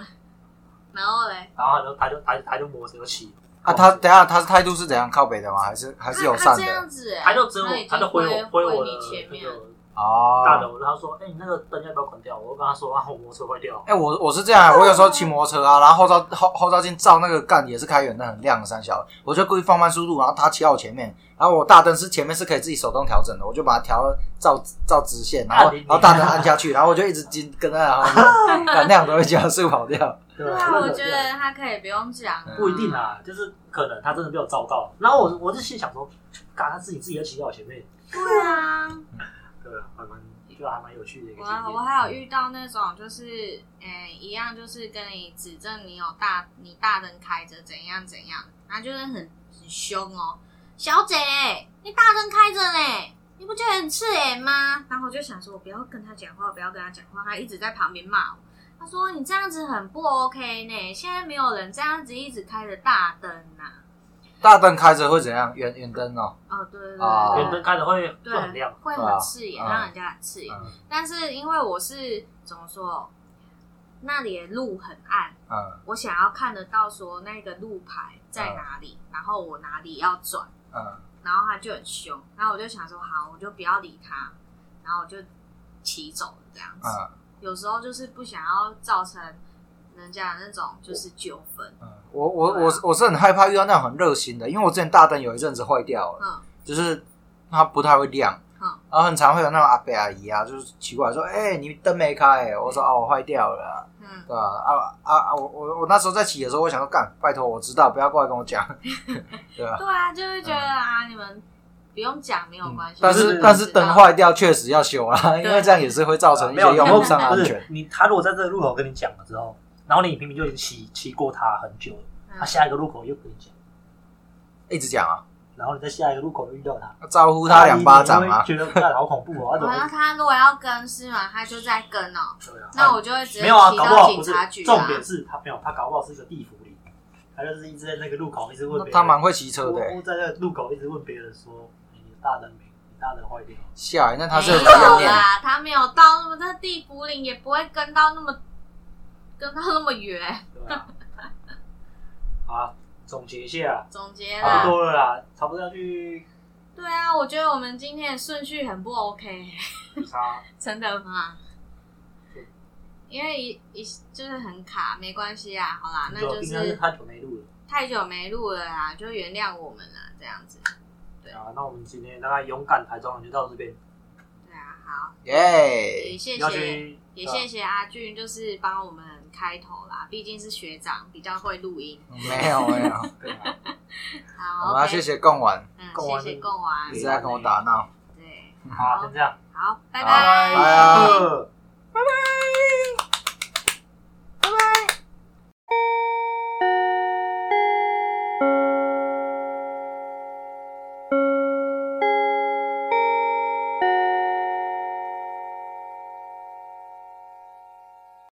然后嘞，”
然后他就他就他就他就哦摩托车骑，
啊他等一下他是态度是怎样靠北的吗？还是还是友
他
善
这
的？
样子欸，
他就只有
他已经
他就挥我挥我的
你前
那
面，
个大
哦，
的，我就他说：“哎、你那个灯要不要关掉？”我就跟他说：“啊，我摩托车坏掉。
哎我我是这样，我有时候骑摩托车啊，然后后照后后照镜照那个干也是开远灯很亮的三小，我就故意放慢速度，然后他骑到我前面，然后我大灯是前面是可以自己手动调整的，我就把它调到照照直线，然后
啊你
然后大灯按下去，然后我就一直跟跟在他后面，干那样都会加速跑掉。”
对
对啊，我觉得他可以不用讲啊，
不一定啊，就是可能他真的被我照到了。然后我我就心想说：“干，他自己自己要骑到我前面。”
对啊。
对啊，还蛮就还蛮有趣的一个
我啊
经
我
验。
还有遇到那种就是，嗯、一样就是跟你指正你有大你大灯开着怎样怎样，他就是很很凶哦，小姐，你大灯开着呢，你不觉得很刺眼吗？然后我就想说，我不要跟他讲话，我不要跟他讲话，他一直在旁边骂我。他说你这样子很不 OK 呢，现在没有人这样子一直开着大灯呐、
大灯开着会怎样？远远灯哦，
哦，对对对
啊
对
远灯开的会会
对，
很亮，
会
对啊
很刺眼，
嗯
让人家很刺眼。
嗯
但是因为我是怎么说，那里的路很暗，
嗯
我想要看得到说那个路牌在哪里，然后我哪里要转，
嗯，
然后他就很凶，然后我就想说好，我就不要理他，然后我就骑走了这样子。
嗯
有时候就是不想要造成人家的那种就是纠纷，
嗯，我我我我是很害怕遇到那种很热心的，因为我之前大灯有一阵子坏掉了，
嗯
就是它不太会亮，
嗯
然后很常会有那种阿伯阿姨啊，就是奇怪说，哎、你灯没开、欸，我说哦，我坏掉了啊、
嗯，
对吧、啊？啊啊我我我那时候在骑的时候，我想说，干，拜托，我知道，不要过来跟我讲，对吧、
对啊，就会觉得啊，你们不用讲没有
嗯
关系，
但
就是知道
但是灯坏掉确实要修啊，因为这样也是会造成一
啊没有
些用户
不
上的安
是
全。
你他如果在这个路口跟你讲了之后，然后你明明就已经骑骑过他很久了，
嗯
他下一个路口又跟你讲，
一直讲啊，
然
然
后你在下一个路口又遇到他，
招呼他两巴掌啊
你，你会觉得干好恐怖哦，他怎
然后
么
他如果要跟是吗？他就在跟哦，
对啊？
那我就会直接
没有啊，
骑
搞不好
到
不
警
是
察局、啊。
重点是他没有，他搞不好是一个地府里，他就是一直在那个路口一直问别人，
他蛮会骑车
我
的、欸。
我在那个路口一直问别人说你大灯没？你大灯坏掉了？
下来，那他是有
没
怎样
有
念？
啦，他没有到那么那地府岭，也不会跟到那么跟到那么远。 <laughs>
对啊。 <laughs> 好啊，总结一
<laughs>
下啊。
总结
差
啦，
不多了啦，差不多要去 <laughs>
对啊，我觉得我们今天的顺序很不 OK， <laughs>
啥？
真的吗？因为一一就是很卡，没关系啊，好啦，那
有
就
应该是
是
太久没录了，
太久没录了啦，就原谅我们啦，这样子。对
啊，那我们今天大概勇敢台中人就到这边，
对啊，好，也
耶！
谢
要
谢，
去
也谢谢阿俊，就是帮我们开头啦，毕竟是学长，比较会录音。
没有没有，
对啊，
好
我们要
OK
啊谢谢贡丸
嗯，
贡丸
谢谢贡丸
一直，在跟我打闹。
对，
好，先这样，啊
好，拜
好拜
下课。